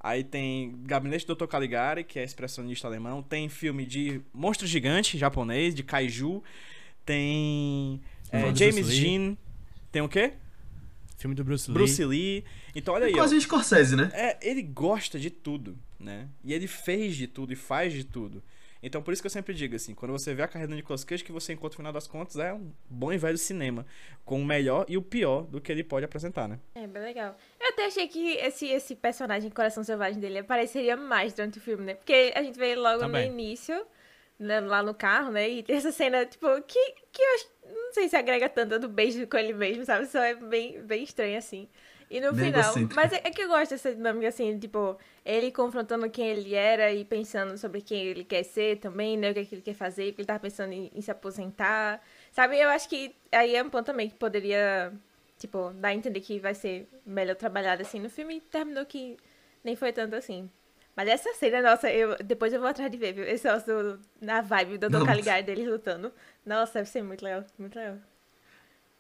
Aí tem Gabinete do Dr. Caligari, que é expressionista alemão. Tem filme de Monstro Gigante, japonês, de Kaiju. Tem. é, Filme do James Bruce Lee. Jean. Tem o quê? Filme do Bruce Lee. Bruce Lee. Então olha aí. ó. Quase um Scorsese, né? É, ele gosta de tudo, né? E ele fez de tudo e faz de tudo. Então, por isso que eu sempre digo assim, quando você vê a carreira do Nicolas Cage, que você encontra, no final das contas, é um bom e velho cinema, com o melhor e o pior do que ele pode apresentar, né? É, bem legal. Eu até achei que esse, esse personagem, Coração Selvagem dele, apareceria mais durante o filme, né? Porque a gente vê ele logo Também. no início, né, lá no carro, né? E tem essa cena, tipo, que, que eu acho, não sei se agrega tanto do beijo com ele mesmo, sabe? Só é bem, bem estranho, assim. E no Bem final. egocêntrico. Mas é, é que eu gosto dessa dinâmica, assim, tipo, ele confrontando quem ele era e pensando sobre quem ele quer ser também, né? O que, é que ele quer fazer, porque ele tava pensando em, em se aposentar. Sabe? Eu acho que aí é um ponto também que poderia, tipo, dar a entender que vai ser melhor trabalhado assim no filme e terminou que nem foi tanto assim. Mas essa cena, nossa, eu, depois eu vou atrás de ver, viu? Esse osso na vibe do Dr. Nossa. Caligari deles lutando. Nossa, deve ser muito legal, muito legal.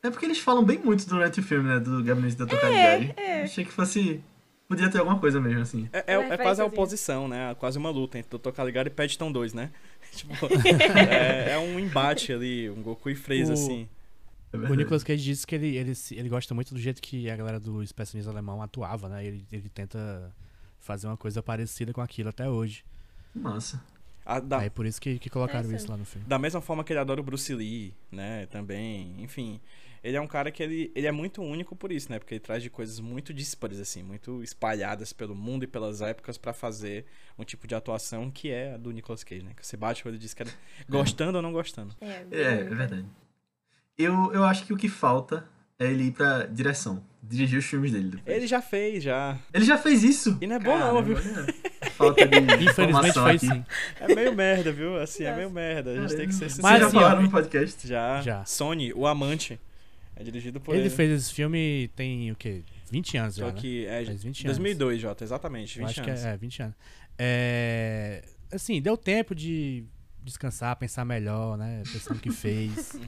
É porque eles falam bem muito durante o filme, né? Do Gabinete da Totalidade. É, Achei que fosse. Podia ter alguma coisa mesmo, assim. É, é, Vai, é vai, quase a sozinho. oposição, né? É Quase uma luta entre Dr. Caligari e Paddington 2, né? (laughs) Tipo, é, é um embate ali, um Goku e Freeza, O- assim. É O verdade. Nicolas Cage disse que ele, ele, se- ele gosta muito do jeito que a galera do expressionismo alemão atuava, né? Ele, ele tenta fazer uma coisa parecida com aquilo até hoje. Massa. Ah, da, Aí por isso que, que colocaram Interessante. isso lá no filme. da mesma forma que ele adora o Bruce Lee, né? Também, enfim. Ele é um cara que ele, ele é muito único por isso, né? Porque ele traz de coisas muito díspares, assim, muito espalhadas pelo mundo e pelas épocas pra fazer um tipo de atuação que é a do Nicolas Cage, né? Que você bate quando ele diz que era gostando ou não gostando. É, É, é bem- verdade. Eu, eu acho que o que falta é ele ir pra direção. Dirigir os filmes dele. depois. Ele já fez, já. Ele já fez isso! E não é bom não, viu? É. Caramba, Falta (laughs) de Infelizmente informação fez aqui. sim. É meio merda, viu? Assim, é Nossa. meio merda. A gente tem que ser Vocês Mas já sincero. assim, ó, falaram no podcast. Já. Já. Sony, o amante. É dirigido por ele. Ele fez esse filme tem o quê? 20 anos Só já, né? que é Faz 20 anos. 2002, Jota, exatamente, Eu 20 acho que anos. é, é, 20 anos. É, assim, deu tempo de descansar, pensar melhor, né? Pensar no (laughs) que fez.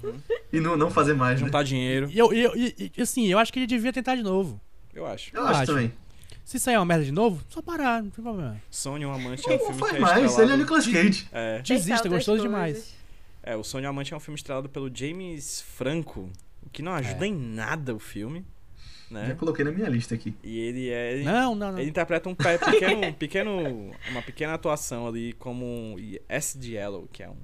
E não, não fazer mais, né? Juntar dinheiro, e, eu, e eu- e- e, assim, eu acho que ele devia tentar de novo. eu acho. Eu acho, acho. também. Se sair uma merda de novo, só parar, não tem problema. Sony, o amante é um Não filme que faz é mais, ele é estrelado... Nicolas Cage. É, Testar Desista, outras gostoso coisas. demais. é, o Sony, o amante é um filme estrelado pelo James Franco, o que não ajuda em nada o filme, Já né? coloquei na minha lista aqui. E ele é... ele- Não, não, não. Ele interpreta um pe- pequeno, (laughs) um pequeno, uma pequena atuação ali como um S. de Yellow, que é um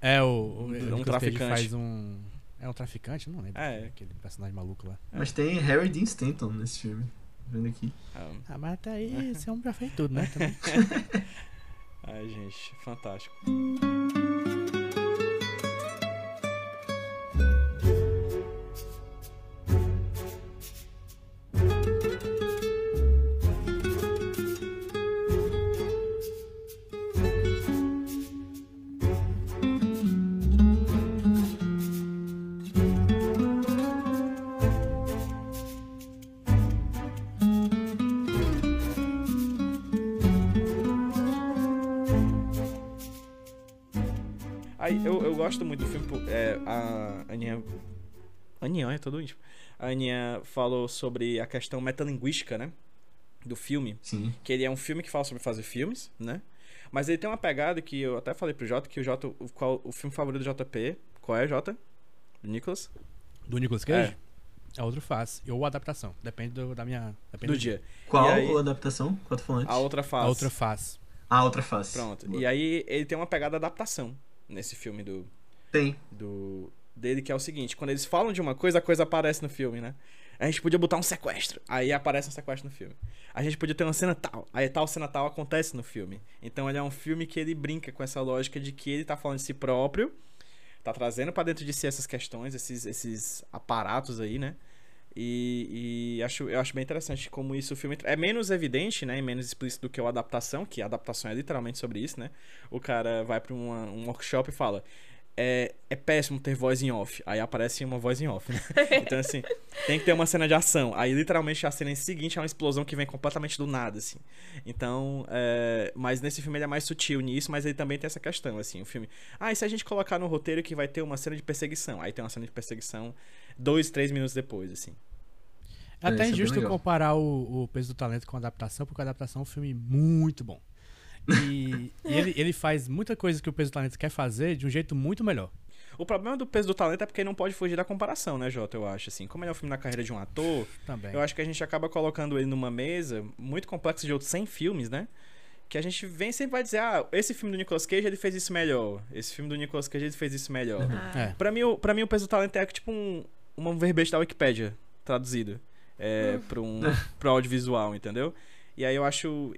É, o, o, Um o Nicolas Cage traficante. faz um. É um traficante? Não lembro. É. Aquele personagem maluco lá. Mas tem Harry Dean Stanton nesse filme. Vendo aqui. ah, Ah, mas até aí esse homem já fez (laughs) tudo, né? Também. Ai, gente, fantástico. Aí, eu, eu gosto muito do filme. por- É, a Aninha. Aninha, olha, é todo íntimo. A Aninha falou sobre a questão metalinguística, né? Do filme. Sim. Que ele é um filme que fala sobre fazer filmes, né? Mas ele tem uma pegada que eu até falei pro Jota, que o Jota. O, qual, o filme favorito do JP. Qual é, Jota? Do Nicolas? Do Nicolas Cage? É. outro face. Ou adaptação. Depende do, da minha. Depende Do dia. Qual E aí- a adaptação? Qual tu falou antes? A outra fase. A outra face. A outra face. Pronto. Boa. E aí ele tem uma pegada adaptação nesse filme do, Tem. do dele que é o seguinte, quando eles falam de uma coisa, a coisa aparece no filme, né? A gente podia botar um sequestro, aí aparece um sequestro no filme. A gente podia ter uma cena tal, aí tal cena tal acontece no filme. Então ele é um filme que ele brinca com essa lógica de que ele tá falando de si próprio, tá trazendo pra dentro de si essas questões, esses, esses aparatos aí, né? E, e acho, eu acho bem interessante como isso o filme. É menos evidente, né? E menos explícito do que o adaptação, que a adaptação é literalmente sobre isso, né? O cara vai pra uma- um workshop e fala. É, é péssimo ter voz em off. Aí aparece uma voz em off, né? Então, assim, tem que ter uma cena de ação. Aí, literalmente, a cena seguinte é uma explosão que vem completamente do nada, assim. Então, é, mas nesse filme ele é mais sutil nisso, mas ele também tem essa questão, assim. O filme. Ah, e se a gente colocar no roteiro que vai ter uma cena de perseguição? Aí tem uma cena de perseguição dois, três minutos depois, assim. isso É é até bem injusto legal. comparar o, o peso do talento com a adaptação, porque a adaptação é um filme muito bom. E, (laughs) e ele, ele faz muita coisa que o peso do talento quer fazer de um jeito muito melhor. O problema do peso do talento é porque não pode fugir da comparação, né, Jota? Eu acho, assim. Como ele é um filme na carreira de um ator, Também. eu acho que a gente acaba colocando ele numa mesa muito complexa de outros 100 filmes, né? Que a gente vem e sempre vai dizer, ah, esse filme do Nicolas Cage ele fez isso melhor. Esse filme do Nicolas Cage ele fez isso melhor. É. Pra mim, o- pra mim, o peso do talento é tipo um, um verbete da Wikipédia traduzido é, pra um, pro audiovisual, entendeu? E aí eu acho.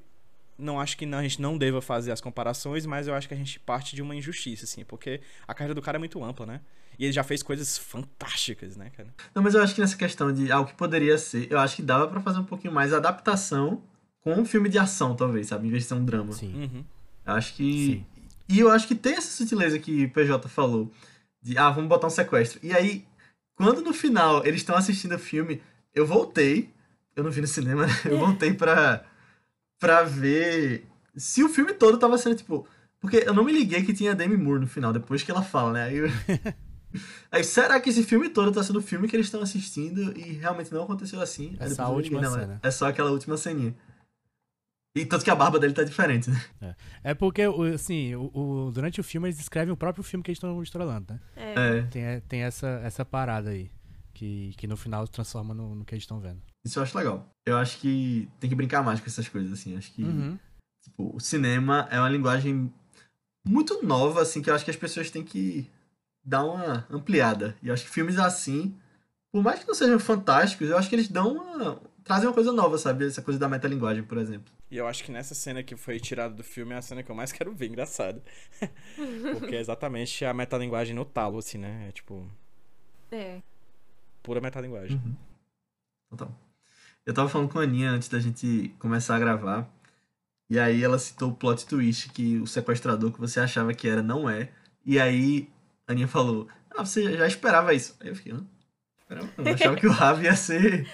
Não acho que não- a gente não deva fazer as comparações, mas eu acho que a gente parte de uma injustiça, assim, porque a carreira do cara é muito ampla, né? E ele já fez coisas fantásticas, né, cara? Não, mas eu acho que nessa questão de ah, o que poderia ser, eu acho que dava pra fazer um pouquinho mais adaptação com um filme de ação, talvez, sabe? Em vez de ser um drama. Sim. Uhum. Eu acho que. Sim. E eu acho que tem essa sutileza que o PJ falou. De, ah, vamos botar um sequestro. E aí, quando no final eles estão assistindo o filme, eu voltei. Eu não vi no cinema, né? Eu voltei pra, pra ver se o filme (laughs) todo tava sendo, tipo. Porque eu não me liguei que tinha a Demi Moore no final, depois que ela fala, né? Aí eu, Aí, será que esse filme todo tá sendo o filme que eles estão assistindo e realmente não aconteceu assim? Aí Essa depois eu última liguei, não, é- cena. É só aquela última ceninha. E tanto que a barba dele tá diferente, né? É porque, o- assim, o- o- durante o filme eles descrevem o próprio filme que eles estão estrelando, né? É, Tem, tem essa, essa parada aí. Que, que no final transforma no, no que eles estão vendo. isso eu acho legal. Eu acho que tem que brincar mais com essas coisas, assim. Acho que Uhum. tipo, o cinema é uma linguagem muito nova, assim, que eu acho que as pessoas têm que dar uma ampliada. E eu acho que filmes assim, por mais que não sejam fantásticos, eu acho que eles dão uma. trazem uma coisa nova, sabe? Essa coisa da metalinguagem, por exemplo. E eu acho que nessa cena que foi tirada do filme é a cena que eu mais (laughs) quero (laughs) ver, engraçado. Porque é exatamente a metalinguagem no talo, assim, né? É tipo, É. pura Hum. metalinguagem. Eu tava falando com a Aninha antes da gente começar a gravar. E aí ela citou o plot twist que o sequestrador que você achava que era não é. E aí a Aninha falou: Ah, você já esperava isso. Aí eu fiquei, não. Esperava, não. Eu achava que o Ravi ia ser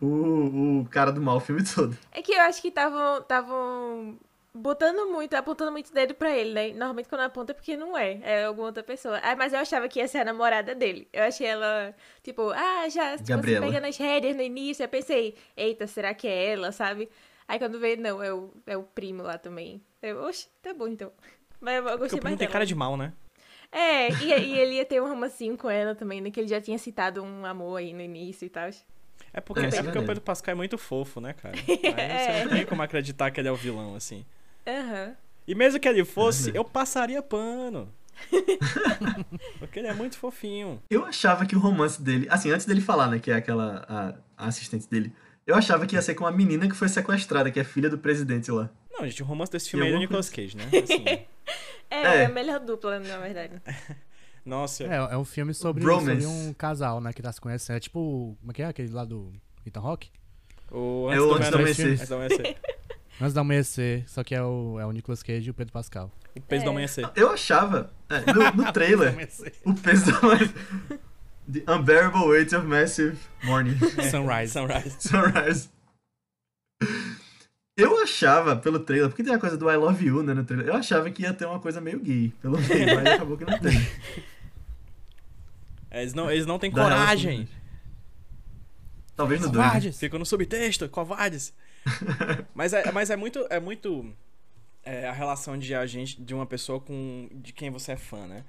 o, o cara do mal o filme todo. É que eu acho que estavam estavam botando muito, apontando muito dedo pra ele, né? Normalmente quando aponta é porque não é, é alguma outra pessoa. Ah, mas eu achava que ia ser a namorada dele. Eu achei ela, tipo, ah, já tipo, assim, Gabriela. pegando as rédeas no início. Eu pensei, eita, será que é ela, sabe? Aí quando veio, não, é o, é o primo lá também. Eu, oxe, tá bom então. Mas eu- eu Porque gostei o primo mais tem dela. cara de mal, né? É, e, e ele ia ter um romancinho com ela também, né? Que ele já tinha citado um amor aí no início e tal. É porque, É, é isso é porque o verdade. Pedro Pascal é muito fofo, né, (laughs) cara? Aí você não tem como acreditar que ele é o vilão, assim. Aham. E mesmo que ele fosse, verdade. eu passaria pano. (laughs) Porque ele é muito fofinho. Eu achava que o romance dele, assim, antes dele falar, né, que é aquela a- a assistente dele, eu achava que ia ser com a menina que foi sequestrada, que é filha do presidente lá. Não, gente, o romance desse filme E aí é do alguma Nicolas Cage, né? Assim, (laughs) É, É. é a melhor dupla, na verdade. (laughs) nossa, É, é um filme sobre, Bromance. sobre um casal, né? Que tá se conhecendo. É tipo. Como é que é? Aquele lá do Ethan Rock? o É antes o do Antes do Amanhecer. Amanhecer. Antes do Amanhecer. Antes do amanhecer, só que é o, é o Nicolas Cage e o Pedro Pascal. O peso do É. amanhecer. Eu achava, é, no, no trailer, o Um peso da The Unbearable Weight of Massive Morning (laughs) Sunrise. Sunrise. Sunrise. Eu achava, pelo trailer, porque tem a coisa do I Love You, né, no trailer, eu achava que ia ter uma coisa meio gay, pelo meio, mas acabou que não tem. É, Eles não, eles não têm Da relação coragem. deles. Talvez no né? 2. Covardes. Ficam né? no subtexto, covardes. mas, é, mas é muito. É muito é, a relação de a gente, de uma pessoa com. de quem você é fã, né?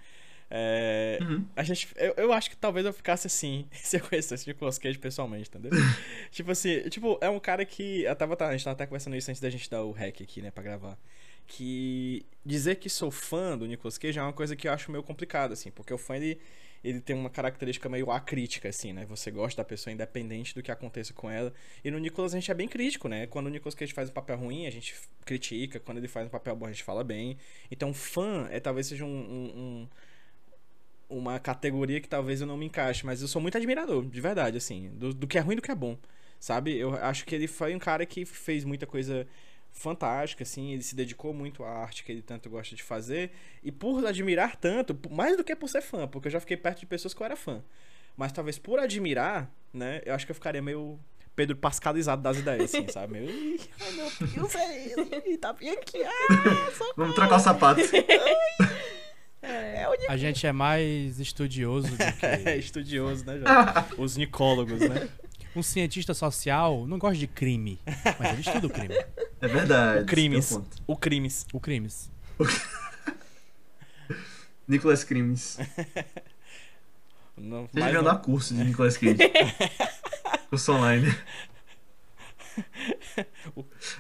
É, Uhum. a gente, eu, eu acho que talvez eu ficasse assim, (laughs) se eu conhecesse o Nicolas Cage pessoalmente, entendeu? tipo assim, tipo, é um cara que. Eu tava, tá, a gente tava até conversando isso antes da gente dar o hack aqui, né, pra gravar. Que dizer que sou fã do Nicolas Cage é uma coisa que eu acho meio complicado, assim, porque o fã ele, ele tem uma característica meio acrítica, assim, né? Você gosta da pessoa independente do que aconteça com ela. E no Nicolas a gente é bem crítico, né? Quando o Nicolas Cage faz um papel ruim, a gente critica. Quando ele faz um papel bom, a gente fala bem. Então, fã é talvez seja um- um- um uma categoria que talvez eu não me encaixe, mas eu sou muito admirador, de verdade, assim, do, do que é ruim e do que é bom, sabe? Eu acho que ele foi um cara que fez muita coisa fantástica, assim, ele se dedicou muito à arte que ele tanto gosta de fazer, e por admirar tanto, por- mais do que por ser fã, porque eu já fiquei perto de pessoas que eu era fã, mas talvez por admirar, né, eu acho que eu ficaria meio Pedro Pascalizado das ideias, (laughs) assim, sabe? Meio, "Ih, ai, meu Deus, é ele, tá bem aqui, ah, só Vamos trocar o sapato. É. A gente é mais estudioso do é que. estudioso, né, Jorge? Os nicólogos, né? Um cientista social não gosta de crime, mas ele estuda o crime. É verdade. O crimes. tem um ponto. O crimes. O crimes. Nicolas Crimes. Não, Vocês mas deviam não- dar curso de Nicolas Cage. curso online.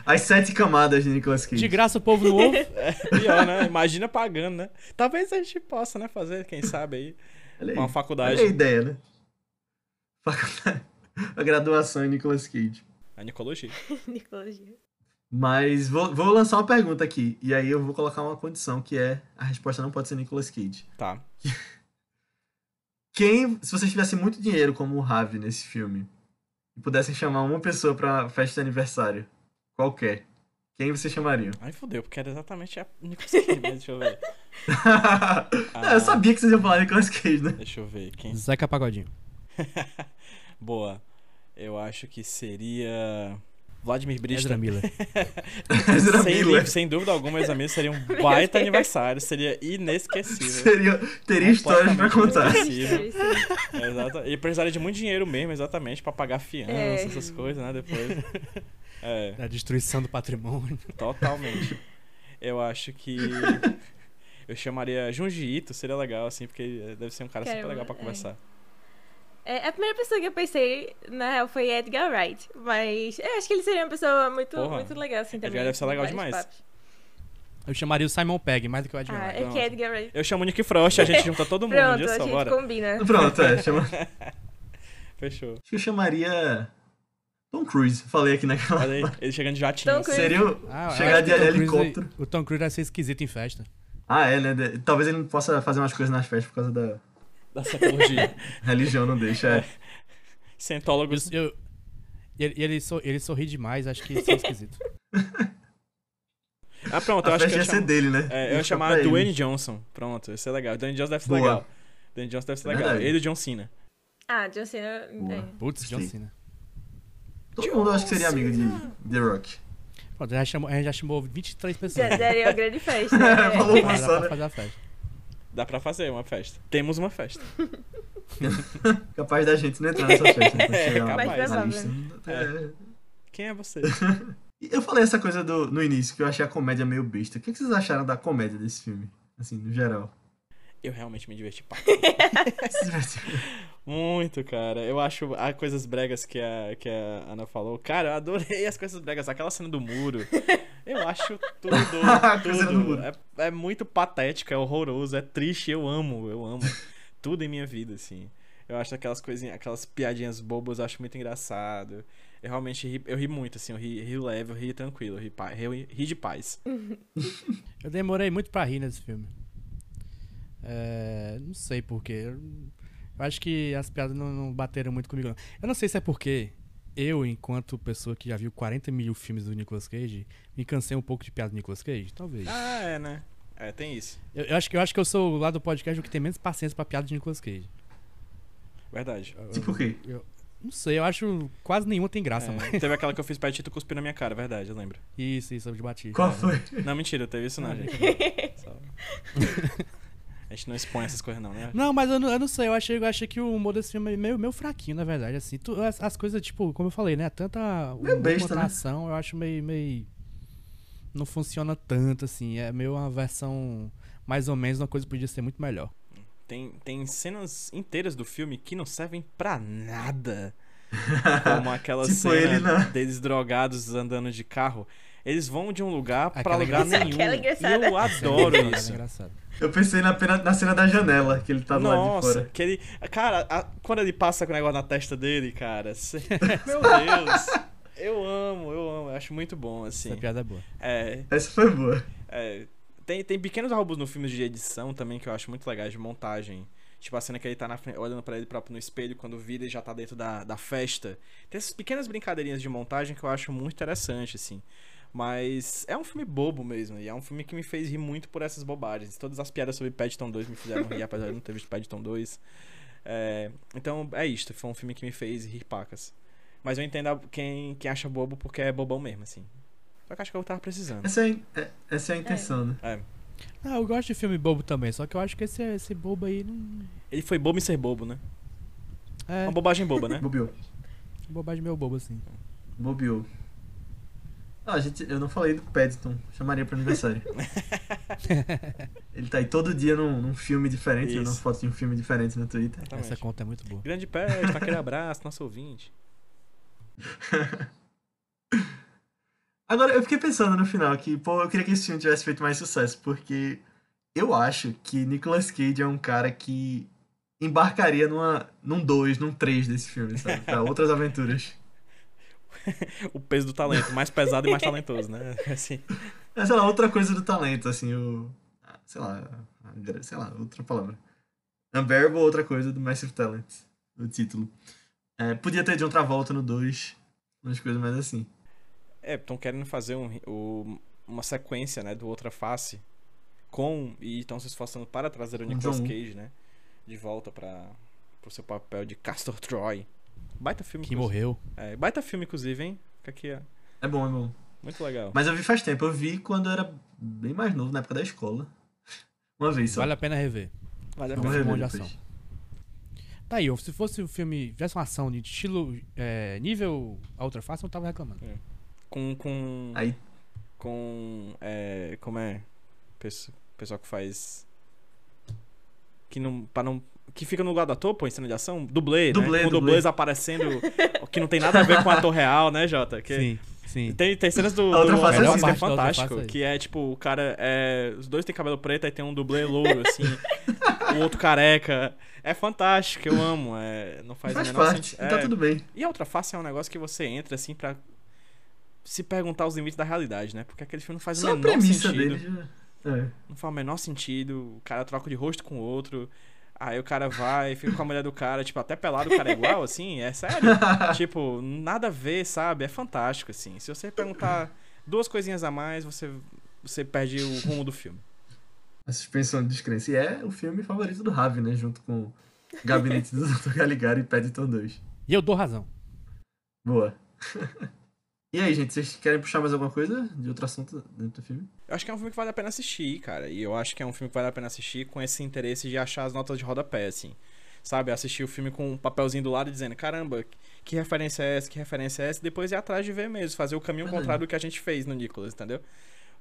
As sete camadas de Nicolas Cage. De graça o povo não ouve. Pior, né? Imagina pagando, né? Talvez a gente possa, né, fazer, quem sabe aí, Olha aí. uma Olha a faculdade. ideia, né? Faculdade. (laughs) A graduação em Nicolas Cage. A Nicologia. Nicolas Dias. Mas vou, vou lançar uma pergunta aqui. E aí eu vou colocar uma condição que é a resposta não pode ser Nicolas Cage. Tá. Quem, se vocês tivessem muito dinheiro como o Ravi nesse filme e pudessem chamar uma pessoa pra festa de aniversário, qualquer, quem vocês chamariam? (laughs) Ai, fodeu, porque era exatamente a Nicolas Cage, mas deixa eu ver. Não, eu sabia que vocês iam falar Nicolas Cage, (laughs) né? Deixa eu ver quem. (laughs) Zeca Pagodinho. Boa. Eu acho que seria. Vladimir Brista. Ezra Miller. Ezra sem, Miller. sem dúvida alguma, Ezra Miller (laughs) seria um baita Deus. aniversário. Seria (laughs) inesquecível. Seria, teria histórias pra Completamente contar. inesquecível. Sim, sim. Exato. É, E precisaria de muito dinheiro mesmo, exatamente, pra pagar fiança, É. essas coisas, né? Depois. (laughs) É, A destruição do patrimônio. totalmente. Eu (laughs) acho que. Eu chamaria Junji Ito, seria legal, assim, porque deve ser um cara super Quero- legal pra é. conversar. É, a primeira pessoa que eu pensei, na real, foi Edgar Wright. Mas eu acho que ele seria uma pessoa muito, Porra. muito legal, assim, também. Edgar deve ser legal vários demais. papos. Eu chamaria o Simon Pegg, mais do que o Adrian. Ah, Wright. é que Pronto. Edgar Wright. Eu chamo o Nick Frost, a gente junta todo mundo um Pronto, dia a só, gente bora. combina. Pronto, é. Chama... Acho Fechou. que eu chamaria. Tom Cruise, falei aqui naquela. Olha aí, ele chegando de jatinho. Tom (laughs) Cruise. Seria o- Ah, eu chegar de acho que o Tom Cruise- helicóptero. O Tom Cruise vai ser esquisito em festa. Ah, é, né? De- Talvez ele não possa fazer umas coisas nas festas por causa da Da sacologia. religião, não (laughs) deixa. é. Cientólogos. Eu- eu- e ele, e ele, sor- ele sorri demais, acho que isso é esquisito. Ah, pronto, eu A acho que festa eu ia ser chamo... dele, né? É, Ele eu ia fica chamar pra ele. Dwayne Johnson. Pronto, isso é legal. Dwayne Johnson deve ser Boa. legal. Dwayne Johnson deve ser É legal. verdade. Ele e John Cena. Ah, John Cena. Boa. é. Putz, John Sim. Cena. Todo mundo acho que seria amigo de The Rock. Pronto, já chamou, a gente já chamou 23 pessoas. Já né? daria uma grande festa. (laughs) Falou. né? Uma Mas dá só, né? pra fazer a festa. Dá pra fazer uma festa. Temos uma festa. Capaz da gente não entrar nessa festa. Né? Quando (laughs) É, chegar lá capaz. na lista. É. Quem (laughs) é você? E Eu falei essa coisa do- no início, que eu achei a comédia meio besta. O que, que vocês acharam da comédia desse filme? Assim, no (laughs) geral. Eu realmente me (laughs) diverti pra Se tivesse- Muito, cara. Eu acho há coisas bregas que a, que a Ana falou. Cara, eu adorei as coisas bregas. Aquela cena do muro. Eu acho tudo. (laughs) A cena do tudo. muro. É, é muito patético, é horroroso, é triste. Eu amo, eu amo. tudo em minha vida, assim. Eu acho aquelas coisinhas, aquelas piadinhas bobas, eu acho muito engraçado. Eu realmente ri, eu ri muito, assim, eu ri, ri leve, eu ri tranquilo, eu ri, pa- eu ri- ri de paz. Eu demorei muito pra rir nesse filme. É, não sei porquê. Eu eu acho que as piadas não, não bateram muito comigo, não. Eu não sei se é porque eu, enquanto pessoa que já viu 40 mil filmes do Nicolas Cage, me cansei um pouco de piada do Nicolas Cage. Talvez. Ah, é, né? É, tem isso. Eu, eu acho que, eu acho que eu sou lá do podcast o que tem menos paciência pra piada de Nicolas Cage. Verdade. Eu- Tipo o (laughs) quê? Não sei, eu acho quase nenhuma tem graça, mano. É, teve aquela que eu fiz pra ti, tu cuspiu na minha cara, verdade, eu lembro. (laughs) Isso, isso, eu debati. Qual foi? Não, mentira, teve isso não, (laughs) Ah, gente. Só- A gente não expõe essas coisas não, né? Não, mas eu não, eu não sei, eu achei, eu achei que o humor desse filme é meio, meio fraquinho, na verdade, assim. Tu- as, as coisas, tipo, como eu falei, né? Tanta Meio humor besta, quanto a né? ação, eu acho meio, meio... Não funciona tanto, assim. É meio uma versão mais ou menos, uma coisa que podia ser muito melhor. Tem, tem cenas inteiras do filme que não servem pra nada. Como aquela Tipo cena ele na- deles drogados andando de carro. Eles vão de um lugar pra Aquela lugar engraçada. nenhum. Aquela e engraçada. eu é adoro Engraçado, isso. engraçado. Eu pensei na, pena- na cena da janela, que ele tá do lado de Nossa, fora. que ele. Cara, a- quando ele passa com o negócio na testa dele, cara. (laughs) cê- Meu Deus. Eu amo, eu amo. Eu acho muito bom, assim. Essa piada é boa. É, Essa foi boa. É, tem, tem pequenos roubos no filme de edição também que eu acho muito legais, de montagem. Tipo a cena que ele tá na frente, olhando pra ele próprio no espelho, quando vira e já tá dentro da, da festa. Tem essas pequenas brincadeirinhas de montagem que eu acho muito interessante, assim. Mas é um filme bobo mesmo, e é um filme que me fez rir muito por essas bobagens. Todas as piadas sobre Paddington 2 me fizeram rir, (laughs) apesar de eu não ter visto Paddington 2. É, então é isto, foi um filme que me fez rir pacas. Mas eu entendo a- quem, quem acha bobo porque é bobão mesmo, assim. Só que acho que eu tava precisando. Essa é, a in- é- essa é a intenção, né? Ah, eu gosto de filme bobo também, só que eu acho que esse, esse bobo aí não... Ele foi bobo em ser bobo, né? É, Uma bobagem boba, né? (laughs) Bobeou. bobagem meio bobo, assim. Bobeou. Ah, gente, eu não falei do Paddington. Chamaria pra (laughs) aniversário. ele tá aí todo dia num, num filme diferente, né? Isso. numa foto de um filme diferente no Twitter. Exatamente. Essa conta é muito boa. Grande peste, aquele abraço, nosso ouvinte. Agora, eu fiquei pensando no final que, pô, eu queria que esse filme tivesse feito mais sucesso, porque eu acho que Nicolas Cage é um cara que embarcaria numa, num 2, num 3 desse filme, sabe? Pra outras (laughs) aventuras. O peso do talento, mais pesado e mais talentoso, né? (laughs) Assim, É, sei lá, outra coisa do talento, assim, o. ah, Sei lá, a gra- sei lá, outra palavra. Unbearable, outra coisa do Massive Talent, o título. É, podia ter de outra volta no 2, umas coisas mais assim. é, estão querendo fazer um, o- uma sequência, né, do Outra Face com e estão se esforçando para trazer o Com Nicolas John Woo. Cage, né, de volta para pro seu papel de Castor Troy. Baita filme, Que inclusive. morreu. É, baita filme inclusive, hein? Fica aqui a, É bom, é bom. Muito legal. Mas eu vi faz tempo. Eu vi quando eu era bem mais novo, na época da escola. (laughs) Uma vez só. Vale a pena rever. Vale a Vamos pena. é um rever filme depois. de ação. Tá aí, ó, se fosse um filme, tivesse uma ação de estilo, é, nível Ultra Fácil, eu não tava reclamando. Com. com... Aí, com. É, como é? Pesso- Pessoal que faz. Que não. Pra não. Que fica no lugar do ator, pô, em cena de ação. Dublê, Dublê, né? Com dublê. dublês aparecendo. que não tem nada a ver com o ator real, né, Jota? Que... Sim, sim. Tem, tem cenas do, A outra do face Melhor é assim. Parte, que é A outra face é fantástico. assim. Que é tipo, o cara. É, os dois têm cabelo preto, aí tem um dublê louro, assim. o outro careca. É fantástico, eu amo. É, não faz, faz o menor parte. sentido. Tá É, tudo bem. e a outra face é um negócio que você entra, assim, pra se perguntar os limites da realidade, né? Porque aquele filme não faz Só o a menor premissa sentido. dele já. É. Não faz o menor sentido. O cara troca de rosto com o outro. Aí o cara vai, fica com a mulher do cara, tipo, até pelado o cara é igual, assim, (laughs) é sério. tipo, nada a ver, sabe? É fantástico, assim. Se você perguntar duas coisinhas a mais, você, você perde o rumo do filme. A suspensão de descrença. E é o filme favorito do Ravi, né? Junto com Gabinete do Dr. Caligari e Paddington 2. E eu dou razão. Boa. (laughs) e aí, gente, vocês querem puxar mais alguma coisa de outro assunto dentro do filme? Eu acho que é um filme que vale a pena assistir, cara. E eu acho que é um filme que vale a pena assistir com esse interesse de achar as notas de rodapé, assim. Sabe? Assistir o filme com um papelzinho do lado dizendo, caramba, que referência é essa, que referência é essa, e depois ir atrás de ver mesmo, fazer o caminho Verdade. contrário do que a gente fez no Nicolas, entendeu?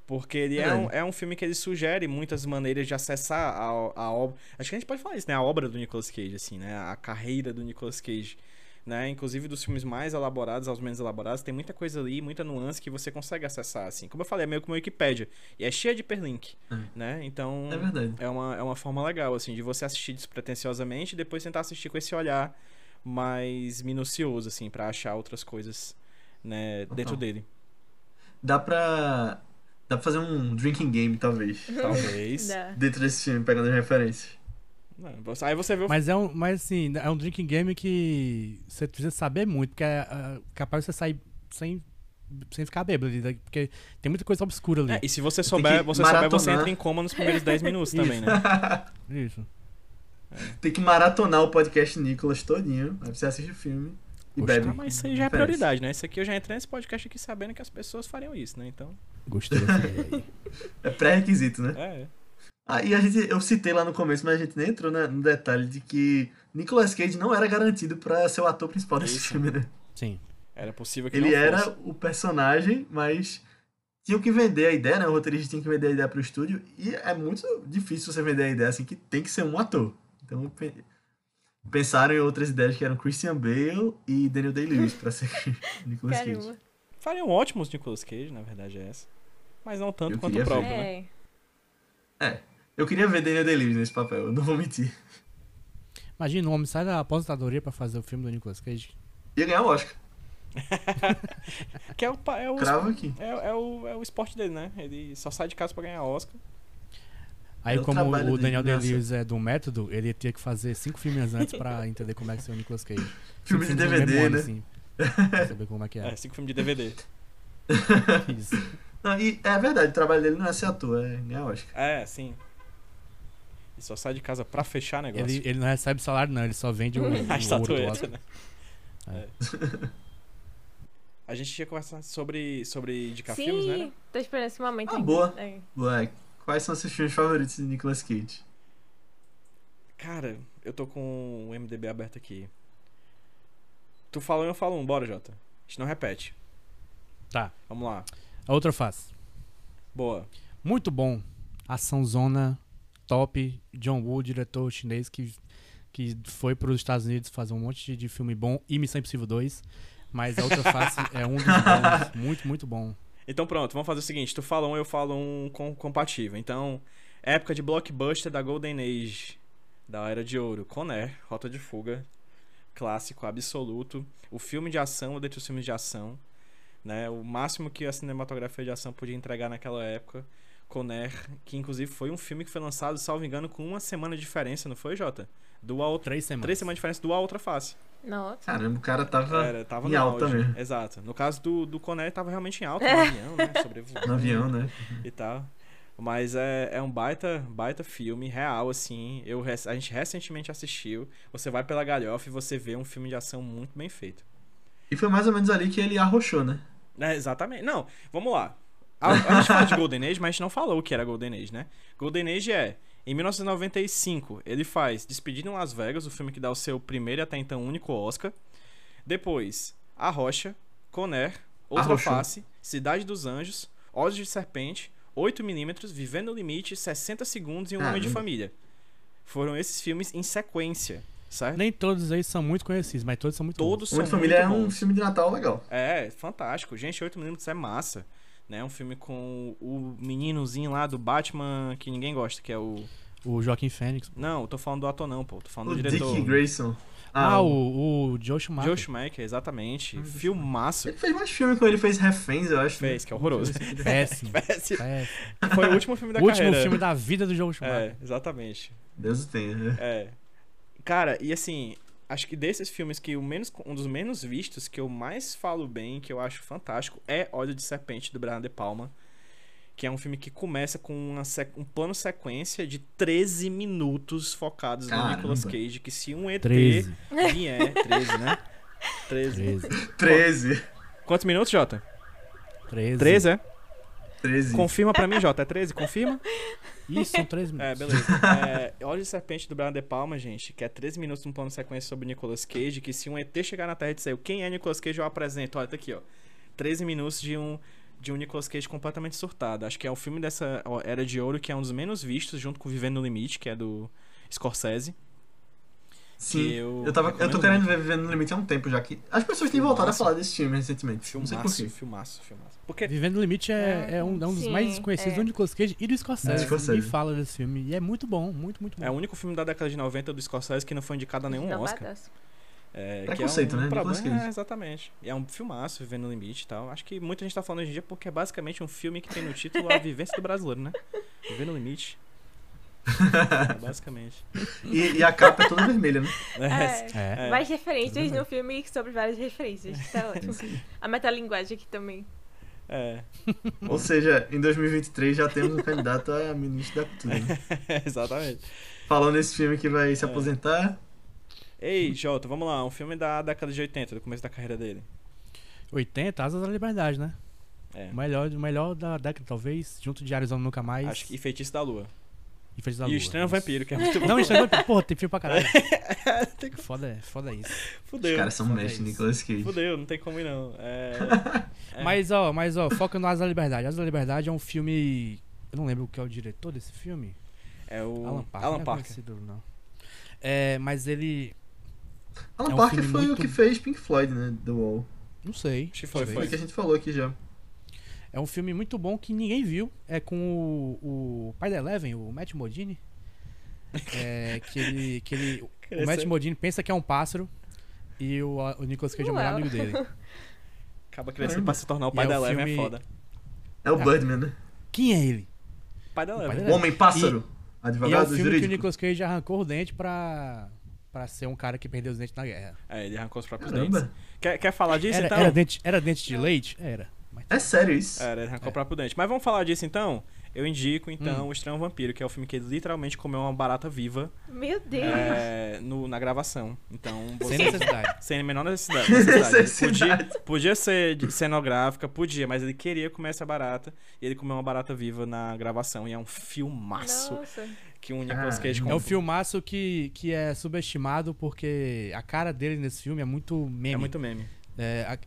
Porque ele é Verdade. um, é um filme que ele sugere muitas maneiras de acessar a, a obra. Acho que a gente pode falar isso, né? A obra do Nicolas Cage, assim, né? A carreira do Nicolas Cage. Né? Inclusive dos filmes mais elaborados aos menos elaborados, tem muita coisa ali, muita nuance que você consegue acessar, assim. Como eu falei, é meio como a Wikipédia. E é cheia de perlink, Hum. né? Então, É verdade. é uma, é uma forma legal, assim, de você assistir despretensiosamente e depois tentar assistir com esse olhar mais minucioso, assim, pra achar outras coisas, né, dentro Total. (laughs) dele. Dá pra. Dá pra fazer um drinking game, talvez. Talvez. Dá. dentro desse filme, pegando as referências. (laughs) Não, você- Aí você vê o... Mas é um, mas assim, é um drinking game que você precisa saber muito, porque é, é capaz de você sair sem, sem ficar bêbado, ali, né? porque tem muita coisa obscura ali. É, e se você que souber, você souber, você maratonar. entra em coma nos primeiros (laughs) 10 minutos também, né? Isso. Tem que maratonar o podcast Nicolas todinho. Aí você assiste o filme e Poxa, bebe. Ah, mas isso aí já é Diferença. prioridade, né? Isso aqui eu já entrei nesse podcast aqui sabendo que as pessoas fariam isso, né? Então, Gostei dessa ideia aí. É pré-requisito, né? é. Ah, e a gente, eu citei lá no começo, mas a gente nem entrou né, no detalhe de que Nicolas Cage não era garantido pra ser o ator principal desse Isso. filme, né? (laughs) Sim. Era possível que Ele não era fosse. o personagem, mas tinham que vender a ideia, né? O roteirista tinha que vender a ideia pro estúdio. E é muito difícil você vender a ideia assim, que tem que ser um ator. Então pe- pensaram em outras ideias que eram Christian Bale e Daniel Day-Lewis pra ser (laughs) Nicolas Cage. Caramba. Fariam ótimos Nicolas Cage, na verdade, é essa. Mas não tanto Eu quanto o queria ver. próprio, né? É. Eu queria ver Daniel Day-Lewis nesse papel, eu não vou mentir. Imagina, um homem sai da aposentadoria pra fazer o filme do Nicolas Cage. Ia ganhar o Oscar. Que é o, pa- é o Cravo aqui. É, é o, é o esporte dele, né? Ele só sai de casa pra ganhar Oscar. Aí, É o como trabalho o dele, Daniel nossa. Day-Lewis é do método, ele tinha que fazer cinco filmes antes (laughs) pra entender como é que é o Nicolas Cage. Filme de Cinco filmes no DVD, mesmo né? ano, assim, pra saber como é que É, é. cinco filmes de (laughs) DVD. Isso. (laughs) Não, e é verdade, o trabalho dele não é ser ator, é ganhar Oscar. É, sim. Ele só sai de casa pra fechar negócio. Ele, ele não recebe salário, não, ele só vende o, (laughs) o A ouro do estatueta, Oscar. né? É. A gente tinha conversado sobre, sobre indicar Sim, filmes, né? tô esperando esse momento. Ah, ainda. boa. É. Moleque, quais são seus filmes favoritos de Nicolas Cage? Cara, eu tô com um o MDB aberto aqui. Tu fala um, eu falo um. Bora, Jota. A gente não repete. Tá. Vamos lá. A outra face. Boa. Muito bom. Ação zona top. John Woo, diretor chinês que, que foi para os Estados Unidos fazer um monte de, de filme bom e Missão Impossível 2. Mas a outra face (laughs) é um dos bons. Muito, muito bom. Então pronto, vamos fazer o seguinte: tu fala um, eu falo um com- compatível. Então, época de blockbuster da Golden Age, da Era de Ouro, Conner, Rota de Fuga, clássico absoluto. O filme de ação, dentre os filmes de ação, né? O máximo que a cinematografia de ação podia entregar naquela época. Conner, que inclusive foi um filme que foi lançado, salvo engano, com uma semana de diferença, não foi, Jota? Do a outra, Três semanas. três semanas de diferença do A Outra Face. Nossa. Caramba, o cara tava Era, tava em no alta auge. mesmo. Exato. No caso do, do Conner, tava realmente em alta, no avião, né? Sobrevivendo no avião, né? e tal. Mas é, é um baita, baita filme, real, assim. Eu, rec- a gente recentemente assistiu. Você vai pela galhofa e você vê um filme de ação muito bem feito. E foi mais ou menos ali que ele arrochou, né? É, exatamente. Não, vamos lá. A, a (laughs) gente fala de Golden Age, mas a gente não falou o que era Golden Age, né? Golden Age é. Em 1995, ele faz Despedida em Las Vegas, o filme que dá o seu primeiro e até então único Oscar. Depois, A Rocha, Conner, Outra Arrochou. Face, Cidade dos Anjos, Olhos de Serpente, 8mm, Vivendo o Limite, 60 Segundos e Um Homem de Caramba. Família. Foram esses filmes em sequência, certo? Nem todos eles são muito conhecidos, mas todos são muito bons. Todos são Homem de muito Família é um bons. filme de Natal legal. É, fantástico. Gente, 8mm é massa. Né? Um filme com o meninozinho lá do Batman que ninguém gosta, que é o. O Joaquim Fênix. Não, eu tô falando do ator, não, pô. Tô falando O do É um diretor. Dick Grayson. Ah, o, o Joe Schumacher. Joe Schumacher, exatamente. Filmaço. Ele fez mais filme quando ele fez Reféns, eu acho. né? Fez, que é (laughs) horroroso. Péssimo. (laughs) Péssimo. péssimo. Foi o último filme da O último carreira. filme da vida do Joe Schumacher. É, exatamente. Deus o tenha. né? É. Cara, e assim, acho que desses filmes que o menos, um dos menos vistos, que eu mais falo bem, que eu acho fantástico, é Óleo de Serpente, do Brian De Palma. Que é um filme que começa com uma se- um plano sequência de 13 minutos focados no Caramba. Nicolas Cage, que se um ET 13. vier, 13, né? 13. 13. 13. Quantos minutos, Jota? 13. 13, é? 13. Confirma pra mim, Jota, é 13? Confirma? Isso, são 13 É, minutos. beleza. É, Olhos de Serpente do Brian De Palma, gente, que é 13 minutos num plano de sequência sobre o Nicolas Cage, que se um ET chegar na Terra e disser quem é Nicolas Cage, eu apresento. Olha, tá aqui, ó. 13 minutos de um, de um Nicolas Cage completamente surtado. Acho que é o filme dessa ó, Era de Ouro que é um dos menos vistos, junto com Vivendo no Limite, que é do Scorsese. Sim. que eu Eu, tava, eu tô recomendo querendo muito. ver Vivendo no Limite há um tempo já que. As pessoas têm voltado a Filmaço. falar desse filme recentemente. Não sei por Filmaço, quê. filmaço, filmaço. Porque Vivendo no Limite é, é um, é um dos Sim, mais desconhecidos é. do Nicolas Cage e do Scorsese. É, Scorsese. Ninguém fala desse filme. E é muito bom, muito, muito bom. é o único filme da década de 90 do Scorsese que não foi indicado a nenhum Dá um Oscar. badaço. É, Preconceito, que é um né? Nicolas Problema, Cage. é, exatamente. E é um filmaço, Vivendo no Limite e tal. Acho que muita gente tá falando hoje em dia porque é basicamente um filme que tem no título A Vivência do Brasileiro, né? Vivendo no Limite. É, basicamente. E, e a capa é toda vermelha, (laughs) né? (laughs) É. É. É. Mais referências Tudo bem. no filme sobre várias referências. (laughs) Tá ótimo. A metalinguagem aqui também. é, (laughs) Ou seja, em 2023 já temos um candidato a ministro da cultura. né? exatamente. Falando nesse filme que vai se É. aposentar. Ei, Jota, vamos lá. Um filme da década de 80, do começo da carreira dele. 80, Asas da Liberdade, né? É. O melhor, o melhor da década, talvez. Junto de Arizona Nunca Mais. Acho que E Feitiço da Lua. E Frente da e Lua. o Estranho Nossa. Vampiro, (laughs) que é muito bom. Não, Estranho Vampiro. Porra, tem filme (laughs) pra caralho. Foda, é- foda isso. Os Fudeu. caras são só mestres, dez. Nicolas Cage. Fudeu, não tem como ir não. É, É. (laughs) Mas, ó, mas, ó, foca no Asa da Liberdade. Asa da Liberdade é um filme. Eu não lembro o que é o diretor desse filme. é o Alan Parker. não é conhecido, não. É, mas ele. Alan É um Parker filme foi o muito- que fez Pink Floyd, né? The Wall. Não sei. Acho que foi, Foi foi. o que a gente falou aqui já. É um filme muito bom que ninguém viu. É com o, o pai da Eleven, o Matt Modini. É, que ele, que ele, o Matt Modini pensa que é um pássaro e o, o Nicolas Cage é o melhor Uau. amigo dele. Acaba crescendo pra se tornar o E pai é da um Eleven, é filme- foda. É o Ah. Birdman, né? Quem é ele? Pai da Eleven. da O Homem-Pássaro. E é o Advogado filme que o jurídico. Nicolas Cage arrancou o dente pra, pra ser um cara que perdeu os dentes na guerra. É, ele arrancou os próprios Caramba. dentes. Quer, quer falar disso Era, então? era dente, era dente de leite? Era. Mas É sério isso? (laughs) Era, ele arrancou É. o próprio dente. Mas vamos falar disso então? Eu indico então Hum. O Estranho Vampiro, que é o filme que ele literalmente comeu uma barata viva (laughs) Meu Deus. é, no, na gravação. Então, você. sem necessidade. Sem (laughs) a menor necessidade. necessidade. é Ele Necessidade. é Podia, podia ser de- cenográfica, podia, mas ele queria comer essa barata. E ele comeu uma barata viva na gravação. E é um filmaço Nossa. que o Nicolas Cage Caramba. É comprou. um filmaço que, que é subestimado porque a cara dele nesse filme é muito meme. É muito meme. É, a-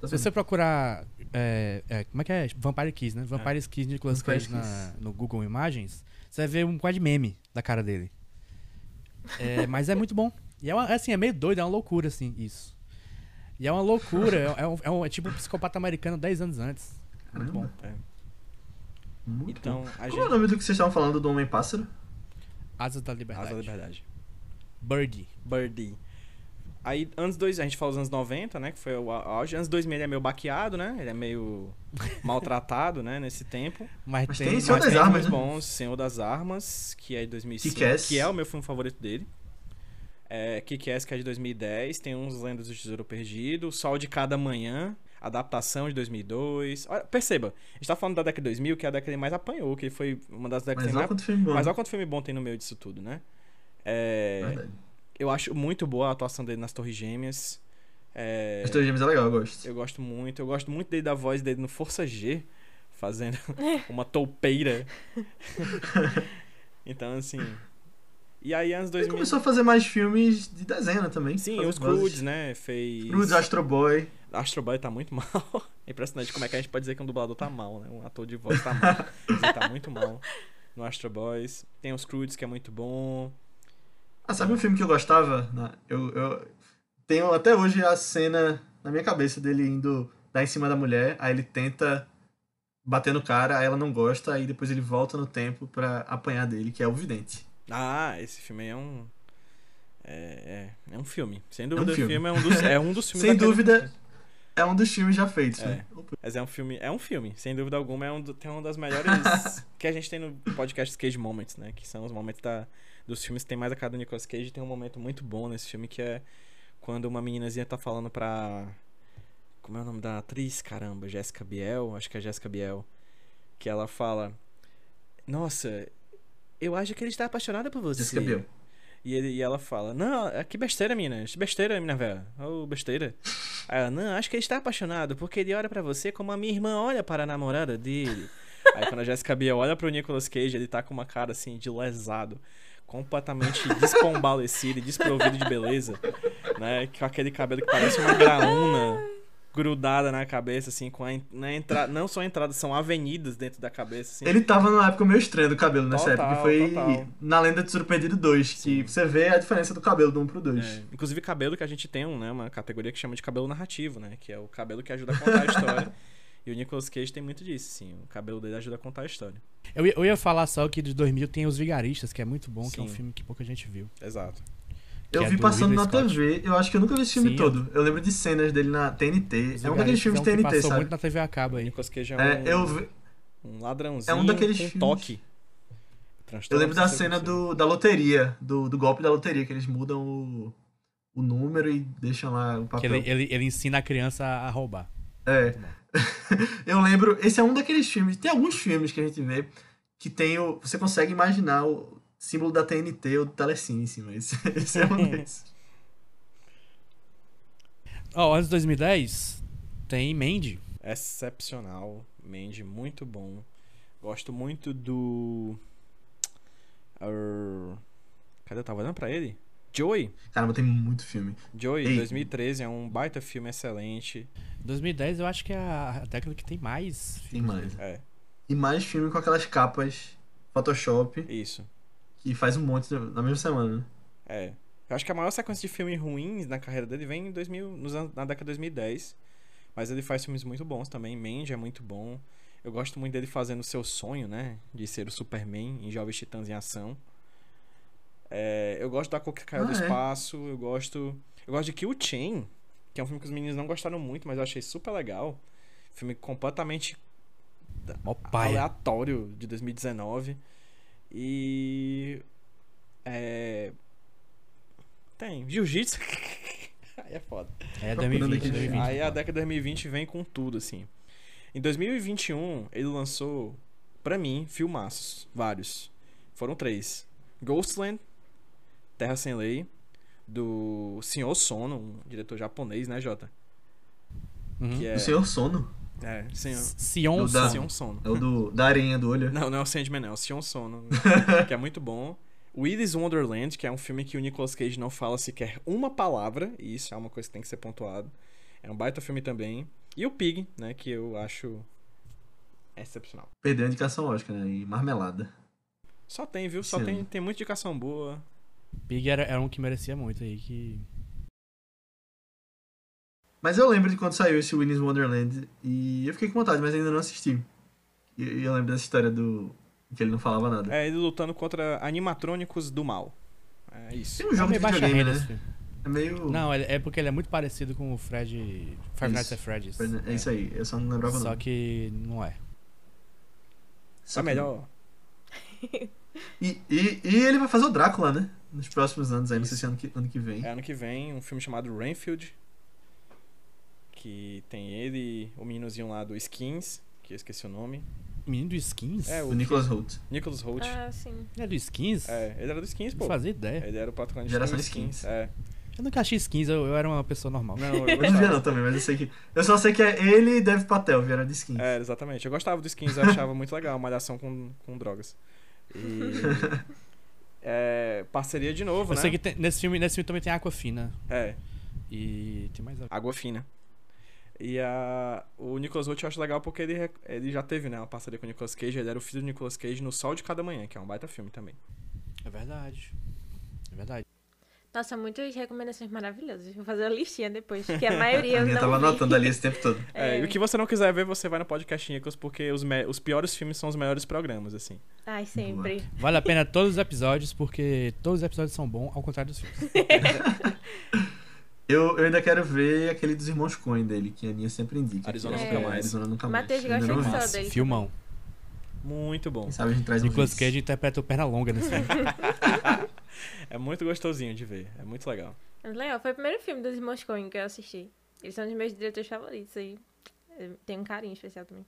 Tá se vendo? você procurar. é, é, como é que é? Vampire Kiss, né? Vampire Kiss Nicolas Vampire Cage na, Kiss. no Google Imagens, você vai ver um quadro de meme da cara dele. É, mas é muito bom. E é, uma- é assim, é meio doido, é uma loucura, assim, isso. E é uma loucura, é, é um, é um- é tipo um psicopata americano 10 anos antes. Muito bom. Caramba, É. muito Então, a Qual é o gente. nome do que vocês estavam falando do Homem-Pássaro? Asas da Asa Liberdade. da liberdade. Birdie. Birdie. Aí, anos dois, a gente fala dos anos 90, né? Que foi o au- auge. Anos 2000 ele é meio baqueado, né? Ele (laughs) é meio maltratado, né? Nesse tempo. Mas, Mas tem. tem mas- Senhor das tem Armas, filmes né? bons. Senhor das Armas, que é de 2005. Kick-Ass. Que é o meu filme favorito dele. É, Kick-Ass, que é de 2010. Tem uns Lendas do Tesouro Perdido. Sol de Cada Manhã. Adaptação de 2002. Olha, perceba, a gente tá falando da década de 2000, que é a década que mais apanhou, que foi uma das décadas Mas olha que mais... quanto filme bom. Mas olha quanto filme bom tem no meio disso tudo, né? É... Verdade. Eu acho muito boa a atuação dele nas Torres Gêmeas. É, As Torres Gêmeas é legal, eu gosto. eu gosto muito. Eu gosto muito dele da voz dele no Força G, fazendo uma toupeira. (laughs) então, assim. E aí, anos Ele 2000. começou a fazer mais filmes de desenho né, também. Sim, Fazer os vozes. Croods, né? Fez. Croods, Astro Boy. Astro Boy tá muito mal. (laughs) É impressionante como é que a gente pode dizer que um dublador tá mal, né? Um ator de voz tá mal. Ele tá muito mal no Astro Boys. Tem os Croods, que é muito bom. Ah, sabe um filme que eu gostava? Na- Eu, eu tenho até hoje a cena na minha cabeça dele indo dar em cima da mulher, aí ele tenta bater no cara, aí ela não gosta, aí depois ele volta no tempo pra apanhar dele, que é o Vidente. Ah, esse filme aí é um. É, é, é um filme. Sem um dúvida, o filme. filme é um dos, é um (laughs) dos filmes Sem da Academia. dúvida, é um dos filmes já feitos, né? Mas é um filme, é um filme, sem dúvida alguma, é um, do- tem uma (laughs) das melhores que a gente tem no podcast Cage Moments, né? Que são os momentos da, dos filmes que tem mais a cara do Nicolas Cage. Tem um momento muito bom nesse filme que é quando uma meninazinha tá falando pra. Como é o nome da atriz? Caramba, Jéssica Biel, acho que é Jéssica Biel. Que ela fala: Nossa, eu acho que ele está apaixonado por você. Jessica Biel. E, ele, e ela fala, não, é que besteira, mina. isso é Besteira, mina velha. Ô, besteira. Aí ela, não, acho que ele está apaixonado, porque ele olha pra você como a minha irmã olha para a namorada dele. Aí quando a Jessica Biel olha pro Nicolas Cage, ele tá com uma cara assim de lesado. Completamente descombalecido e desprovido de beleza. Né? Com aquele cabelo que parece uma graúna grudada na cabeça, assim, com a en- na entrada. Não só a entrada, são avenidas dentro da cabeça, assim. Ele tava numa época meio estranha do cabelo nessa Total, época, que foi total. na Lenda de Surpreendido 2, que você vê a diferença do cabelo do 1 pro 2. É, inclusive cabelo que a gente tem, um, né, uma categoria que chama de cabelo narrativo, né, que é o cabelo que ajuda a contar a história. E o Nicolas Cage tem muito disso, sim. O cabelo dele ajuda a contar a história. Eu, ia- eu ia falar só que de 2000 tem Os Vigaristas, que é muito bom, que é um Sim. filme que pouca gente viu. Exato. Eu que é vi do passando Ridley na Scott. TV, eu acho que eu nunca vi esse filme Sim, todo. Eu lembro de cenas dele na TNT. Os É um daqueles Vigaristas filmes é um que TNT, passou sabe? muito na TV a cabo O aí. Nicolas Cage é um, É, eu, vi- um ladrãozinho é um daqueles com filmes- toque. eu Transtorno lembro da obsessivo cena compulsivo. do, da loteria, do, do golpe da loteria, que eles mudam o, o número e deixam lá o Que papel. ele, ele, ele ensina a criança a a roubar. É. (laughs) eu lembro, esse é um daqueles filmes. Tem alguns filmes que a gente vê que tem o. Você consegue imaginar o símbolo da TNT ou do Telecine em cima. Esse, (laughs) esse é um desses. Ó, anos 2010 tem Mandy. Excepcional. Mandy, muito bom. Gosto muito do... Arr. Cadê? Eu tava olhando pra ele? Joey. Caramba, tem muito filme. Joey, Ei. 2013, é um baita filme excelente. 2010 eu acho que é a a década que tem mais. Tem mais. É, E mais filme com aquelas capas Photoshop isso. que faz um monte na mesma semana, né? É. Eu acho que a maior sequência de filmes ruins na carreira dele vem em 2000, nos anos, na década de 2010. Mas ele faz filmes muito bons também. Mandy é muito bom. Eu gosto muito dele fazendo o seu sonho, né? De ser o Superman em Jovens Titãs em Ação. É, eu gosto da Coca Caiu do Ah, é? Espaço. Eu gosto. Eu gosto de Kill Chain, que é um filme que os meninos não gostaram muito, mas eu achei super legal. Filme completamente Mó Ah, paia. aleatório de 2019. E. É. Tem. Jiu-jitsu. (laughs) Aí é foda. É Procurando 2020, aqui, 2020. Aí a década de 2020 vem com tudo, assim. Em 2021, ele lançou, pra mim, filmaços. Vários. Foram três: Ghostland, Terra Sem Lei, do Senhor Sono, um diretor japonês, né, Jota? Uhum. Que é. O Senhor Sono É, Senhor. Sion Não dá. Son. Senhor Sono. é o do, da aranha do olho. Não, não é o Sandman, não. É o (laughs) Sion Sono, que é muito bom. Willy's Wonderland, que é um filme que o Nicolas Cage não fala sequer uma palavra, e isso é uma coisa que tem que ser pontuado. É um baita filme também. E o Pig, né, que eu acho excepcional. Perdeu a indicação Oscar, né? E marmelada. Só tem, viu? Só Sim. tem, tem muita indicação boa. Big era, era um que merecia muito aí. Que... Mas eu lembro de quando saiu esse Winnie's Wonderland e eu fiquei com vontade, mas ainda não assisti. E e eu lembro dessa história do. que ele não falava nada. É ele lutando contra animatrônicos do mal. É isso. Tem um jogo Meio de baixa videogame, renda né? esse filme. É meio. Não, ele- é porque ele é muito parecido com o Fred. Five Nights Isso. at Freddy's. É isso aí, eu só não lembrava o Só nome. que não é. Só Tá que- melhor. E, e, e ele vai fazer o Drácula, né? Nos próximos anos aí, não sei se ano que, ano que vem. É ano que vem um filme chamado Rainfield. Que tem ele, o meninozinho lá do Skins, que eu esqueci o nome. Menino do Skins? É, O Nicholas Holt. Nicholas Holt. Ah, sim. Ele é do Skins? É, ele era do Skins, Não pô. É. fazia ideia. Ele era o protagonista Geração do skins. Skins. É. Eu nunca achei skins, eu, eu era uma pessoa normal. Não, eu Eu não via gostava. não também, mas eu sei que. Eu só sei que é ele e Dev Patel vieram de skin. É, exatamente. Eu gostava do skins, eu achava muito legal, malhação com, com drogas. E. é, parceria de novo, eu né? sei que tem- nesse, filme, nesse filme também tem Aquafina. É, E tem mais alguém. água fina. E a, o Nicolas Holt eu acho legal porque ele, re- ele já teve, né, uma parceria com o Nicolas Cage, ele era o filho do Nicolas Cage no Sol de Cada Manhã, que é um baita filme também. É verdade. É verdade. Nossa, muitas recomendações maravilhosas. Vou fazer uma listinha depois, (laughs) que a maioria a eu minha não tava vi. anotando ali esse tempo todo. É, É. e o que você não quiser ver, você vai no podcast Nicolas, porque os, me- os piores filmes são os melhores programas, assim. Ai, sempre. Vale a pena todos os episódios, porque todos os episódios são bons, ao contrário dos filmes. Eu, eu ainda quero ver aquele dos irmãos Coen dele, que a Aninha sempre indica. Arizona Que é Nunca Mais. Arizona nunca mais. Matheus Eu ainda gosta não de vi. só Massa, dele. filmão. Muito bom. Quem sabe a gente traz um Nicolas vídeo. Cage interpreta o Pernalonga nesse filme. É muito gostosinho de ver, é muito legal. Mas legal, foi o primeiro filme dos irmãos Coen que eu assisti. Eles são dos meus diretores favoritos aí. Tem um carinho especial também.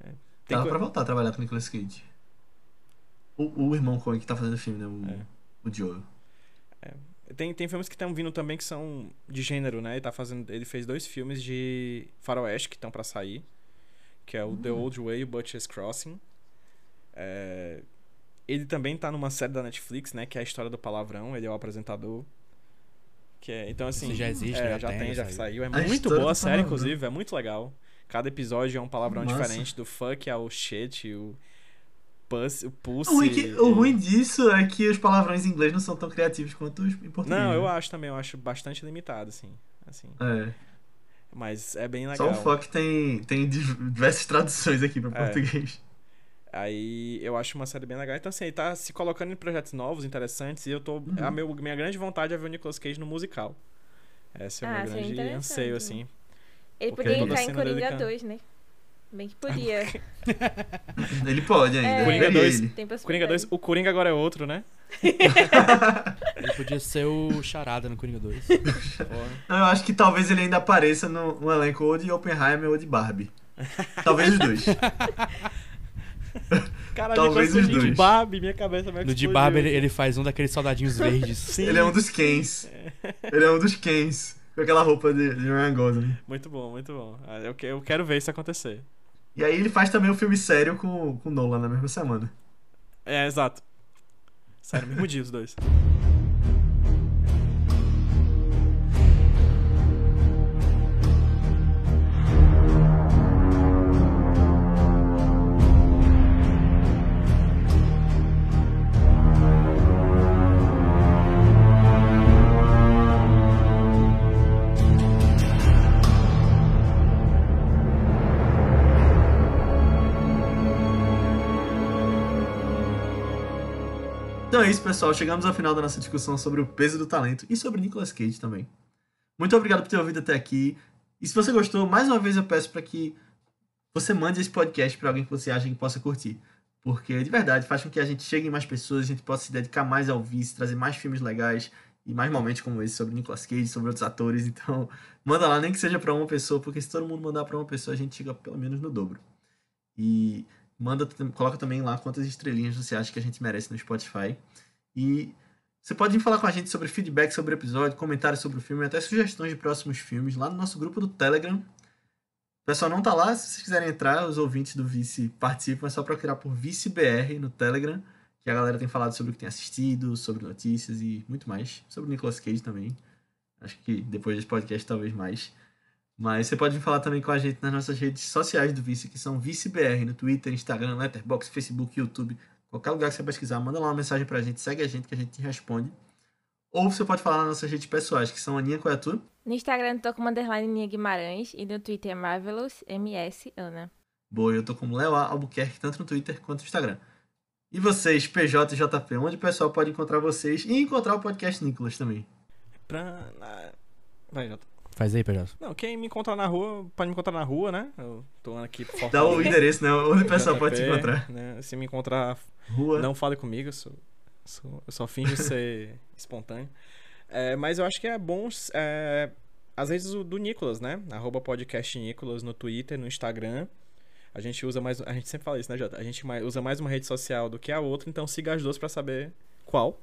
Tem Dava co- pra voltar a trabalhar com o Nicolas Cage. O, o irmão Coen que tá fazendo o filme, né? O, É. o Joel. Tem, tem filmes que estão vindo também que são de gênero, né? Ele, tá fazendo, ele fez dois filmes de faroeste que estão pra sair, que é o Hum. The Old Way e o Butcher's Crossing. É, ele também tá numa série da Netflix, né? Que é a história do palavrão, ele é o apresentador. Que é, então, assim... Isso já existe, é, né? Já já tem, tem, já já saiu. saiu. É A muito história boa a do série, palavrão. inclusive, é muito legal. Cada episódio é um palavrão Massa. diferente, do fuck ao shit, o puss, o pussy. O ruim, é que- o ruim disso é que os palavrões em inglês não são tão criativos quanto os em português. Não, né? eu acho também, eu acho bastante limitado, assim. assim. É. Mas é bem Só um legal. o fuck tem, tem diversas traduções aqui pra É. português. (laughs) Aí eu acho uma série bem legal. Então, assim, ele tá se colocando em projetos novos, interessantes, e eu tô. A meu, minha grande vontade é ver o Nicolas Cage no musical. Esse é o Ah, meu seria grande interessante. anseio, assim. Ele Porque podia toda entrar em cena dele Coringa can- 2, né? Bem que podia. Ele pode ainda. É. eu Coringa queria dois. ele. Tem possibilidade. Coringa 2, o Coringa agora é (laughs) outro, né? (laughs) Ele podia ser o Charada no Coringa 2. Porra. Eu acho que talvez ele ainda apareça no, no elenco ou de Oppenheimer ou de (laughs) Barbie. Talvez os dois. Cara, Talvez Nicolas os Cage de dois. Barbie, minha cabeça vai No de Barba ele, ele faz um daqueles soldadinhos verdes. Sim. Ele é um dos (laughs) Kens. Ele é um dos Kens. Com aquela roupa de, de Ryan Gosling. Muito bom, muito bom. Ah, Eu, que- eu quero ver isso acontecer. E aí ele faz também um filme sério com, com Nolan na mesma semana. É, exato. Sério, mesmo dia os dois. Então é isso, pessoal. Chegamos ao final da nossa discussão sobre o peso do talento e sobre Nicolas Cage também. Muito obrigado por ter ouvido até aqui. E se você gostou, mais uma vez eu peço para que você mande esse podcast para alguém que você acha que possa curtir. Porque, de verdade, faz com que a gente chegue em mais pessoas, a gente possa se dedicar mais ao vice, trazer mais filmes legais e mais momentos como esse sobre Nicolas Cage, sobre outros atores. Então, (laughs) manda lá, nem que seja para uma pessoa, porque se todo mundo mandar para uma pessoa, a gente chega pelo menos no dobro. E manda, coloca também lá quantas estrelinhas você acha que a gente merece no Spotify. E você pode vir falar com a gente sobre feedback sobre o episódio, comentários sobre o filme, até sugestões de próximos filmes lá no nosso grupo do Telegram. O pessoal não tá lá, se vocês quiserem entrar, os ouvintes do Vice participam, é só procurar por ViceBR no Telegram, que a galera tem falado sobre o que tem assistido, sobre notícias e muito mais. Sobre o Nicolas Cage também. Acho que depois desse podcast talvez mais. Mas você pode vir falar também com a gente nas nossas redes sociais do Vice, que são ViceBR, no Twitter, Instagram, Letterboxd, Facebook, YouTube, qualquer lugar que você pesquisar, manda lá uma mensagem pra gente, segue a gente que a gente te responde. Ou você pode falar nas nossas redes pessoais, que são Aninha Coiatu. No Instagram eu tô com underline Ninha Guimarães e no Twitter é Marvelous MS Ana. Boa, eu tô como Léo A. Albuquerque, tanto no Twitter quanto no Instagram. E vocês, PJ e JP, onde o pessoal pode encontrar vocês e encontrar o podcast Nicolas também. Pra. na- Vai, Jota. (laughs) Faz aí, Pegaso. Não, quem me encontrar na rua, pode me encontrar na rua, né? Eu tô aqui por Dá o Fortaleza, endereço, né? Onde o pessoal JP, pode te encontrar. né? Se me encontrar, Rua. não fale comigo, eu, sou, sou- eu só finjo ser espontâneo. É, mas eu acho que é bom. É, às vezes o do Nicolas, né? Arroba podcast Nicolas no Twitter, no Instagram. A gente usa mais. A gente sempre fala isso, né, Jota? A gente mais- usa mais uma rede social do que a outra, então siga as duas pra saber qual.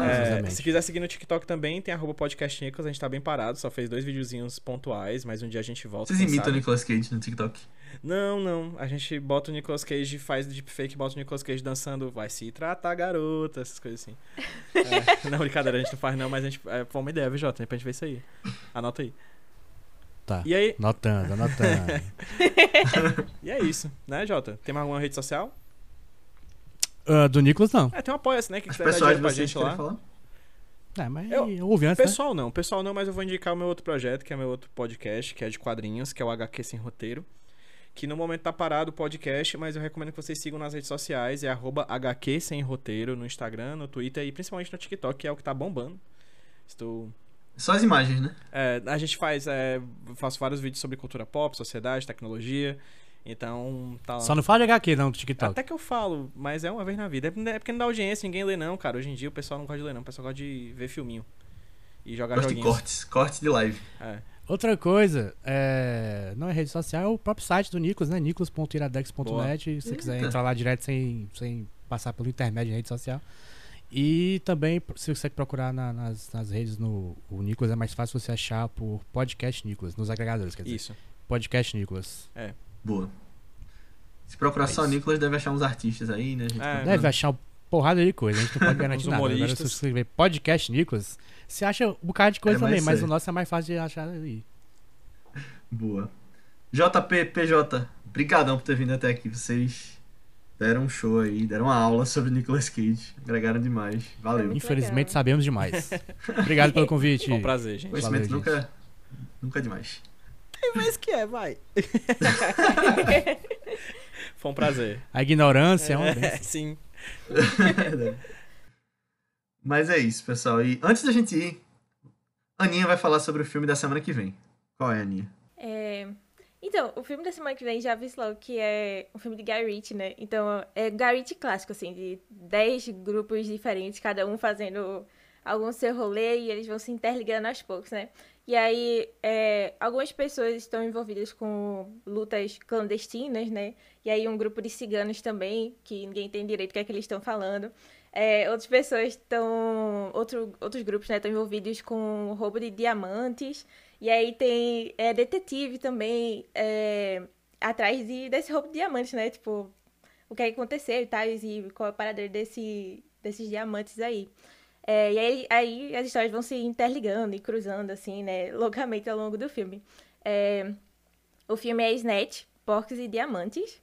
É, Precisamente. se quiser seguir no TikTok também, tem arroba podcast Nicolas, a gente tá bem parado, só fez dois videozinhos pontuais, mas um dia a gente volta. (laughs) Vocês quem imitam o sabe. Nicolas Cage no TikTok? Não, não. A gente bota o Nicolas Cage, faz deepfake, bota o Nicolas Cage dançando, vai se tratar, garota, essas coisas assim. É, (laughs) não, brincadeira, a gente não faz não, mas a gente. É, foi uma ideia, viu, Jota? Pra gente ver isso aí. Anota aí. Tá. E aí, Anotando, anotando. e é isso, né, Jota? Tem mais alguma rede social? Ah, do Nicolas, não. É, tem um apoia-se, né? Que Os quiser dar pessoais dinheiro de pra vocês gente querem lá. falar? É, mas Eu- eu ouvi antes, né? Pessoal não, pessoal não, mas eu vou indicar o meu outro projeto, que é meu outro podcast, que é de quadrinhos, que é o HQ Sem Roteiro. Que no momento tá parado o podcast, mas eu recomendo que vocês sigam nas redes sociais, é arroba HQ Sem Roteiro, no Instagram, no Twitter e principalmente no TikTok, que é o que tá bombando. Estou Só as imagens, né? é, a gente faz, é, faço vários vídeos sobre cultura pop, sociedade, tecnologia. Então, tá lá. Só não fala de HQ, não, do TikTok. Até que eu falo, mas é uma vez na vida. É porque não dá audiência, ninguém lê não, cara. Hoje em dia o pessoal não gosta de ler não, o pessoal gosta de ver filminho. E jogar Gosto de joguinhos. cortes, cortes de live. É. Outra coisa, é... não é rede social, é o próprio site do Nicolas, né? nicolas.iradex.net. Se você quiser Eita. entrar lá direto sem, sem passar pelo intermédio de rede social. E também, se você procurar na- nas, nas redes, no, o Nicolas é mais fácil você achar por podcast Nicolas, nos agregadores, quer dizer. Isso. Podcast Nicolas. Boa. Se procurar só isso. Nicolas, deve achar uns artistas aí, né? A gente É. procurando. Deve achar uma porrada de coisa, a gente não pode garantir Os nada. Agora, se humoristas. você escrever podcast Nicolas, você acha um bocado de coisa É, mas também, mas sei. o nosso é mais fácil de achar ali. Boa. JP, PJ, brigadão por ter vindo até aqui. Vocês deram um show aí, deram uma aula sobre Nicolas Cage. Agregaram demais. Valeu. É Muito Infelizmente, legal. (laughs) sabemos demais. Obrigado pelo convite. Foi um prazer, gente. Conhecimento valeu, nunca, nunca é demais. (laughs) Mas que é, vai. Foi um prazer. A ignorância é uma benção. sim. Mas é isso, pessoal. E antes da gente ir, Aninha vai falar sobre o filme da semana que vem. Qual é, Aninha? É, Então, o filme da semana que vem já aviso logo que é um filme de Guy Ritchie, né? Então, é Guy Ritchie clássico, assim, de 10 grupos diferentes, cada um fazendo algum seu rolê e eles vão se interligando aos poucos, né? E aí, é, algumas pessoas estão envolvidas com lutas clandestinas, né? E aí, um grupo de ciganos também, que ninguém tem direito o que é que eles estão falando. É, outras pessoas estão. Outro, outros grupos, né? Estão envolvidos com roubo de diamantes. E aí tem é, detetive também é, atrás de, desse roubo de diamantes, né? Tipo, o que aconteceu e tal, e qual é o paradeiro desse, desses diamantes aí. É, e aí, aí as histórias vão se interligando e cruzando, assim, né? Loucamente ao longo do filme. É, o filme é Snatch, Porcos e Diamantes.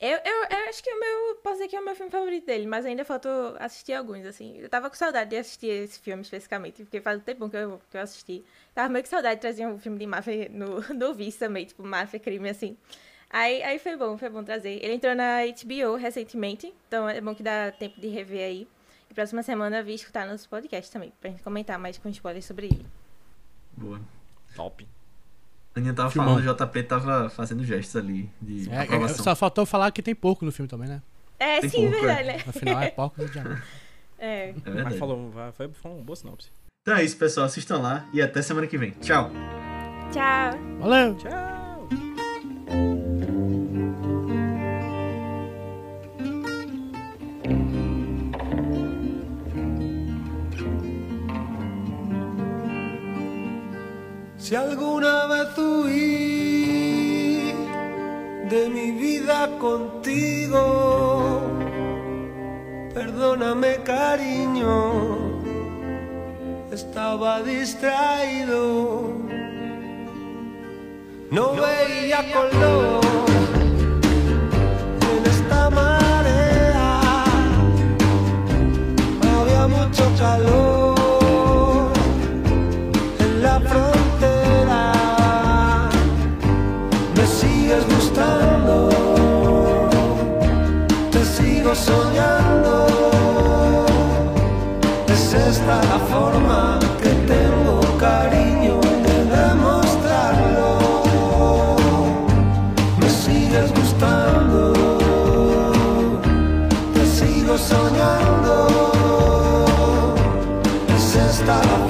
Eu, eu, eu acho que é o meu. Posso dizer que é o meu filme favorito dele, mas ainda faltou assistir alguns, assim. Eu tava com saudade de assistir esse filme especificamente, porque faz um tempo que eu, que eu assisti. Tava meio que saudade de trazer um filme de máfia no, (laughs) no vice também, tipo, máfia, crime, assim. Aí, aí foi bom, foi bom trazer. Ele entrou na HBO recentemente, então é bom que dá tempo de rever aí. E próxima semana eu vi escutar nosso podcast também, pra gente comentar mais com spoilers sobre ele. Boa. Top. Aninha tava Filmão. falando, o JP tava fazendo gestos ali de É, é, aprovação. só faltou falar que tem porco no filme também, né? É, Tem sim, pouco, verdade, né? Afinal, é porco do diabo. É. É verdade. Mas falou, vai- foi, foi um bom sinopse. Então é isso, pessoal. Assistam lá e até semana que vem. Tchau. Tchau! Valeu! Tchau. Si alguna vez huí de mi vida contigo, perdóname cariño, estaba distraído, no veía color en esta marea, había mucho calor en la frontera. Me sigues gustando, te sigo soñando. Es esta la forma que tengo, cariño, de demostrarlo. Me sigues gustando, te sigo soñando. Es esta la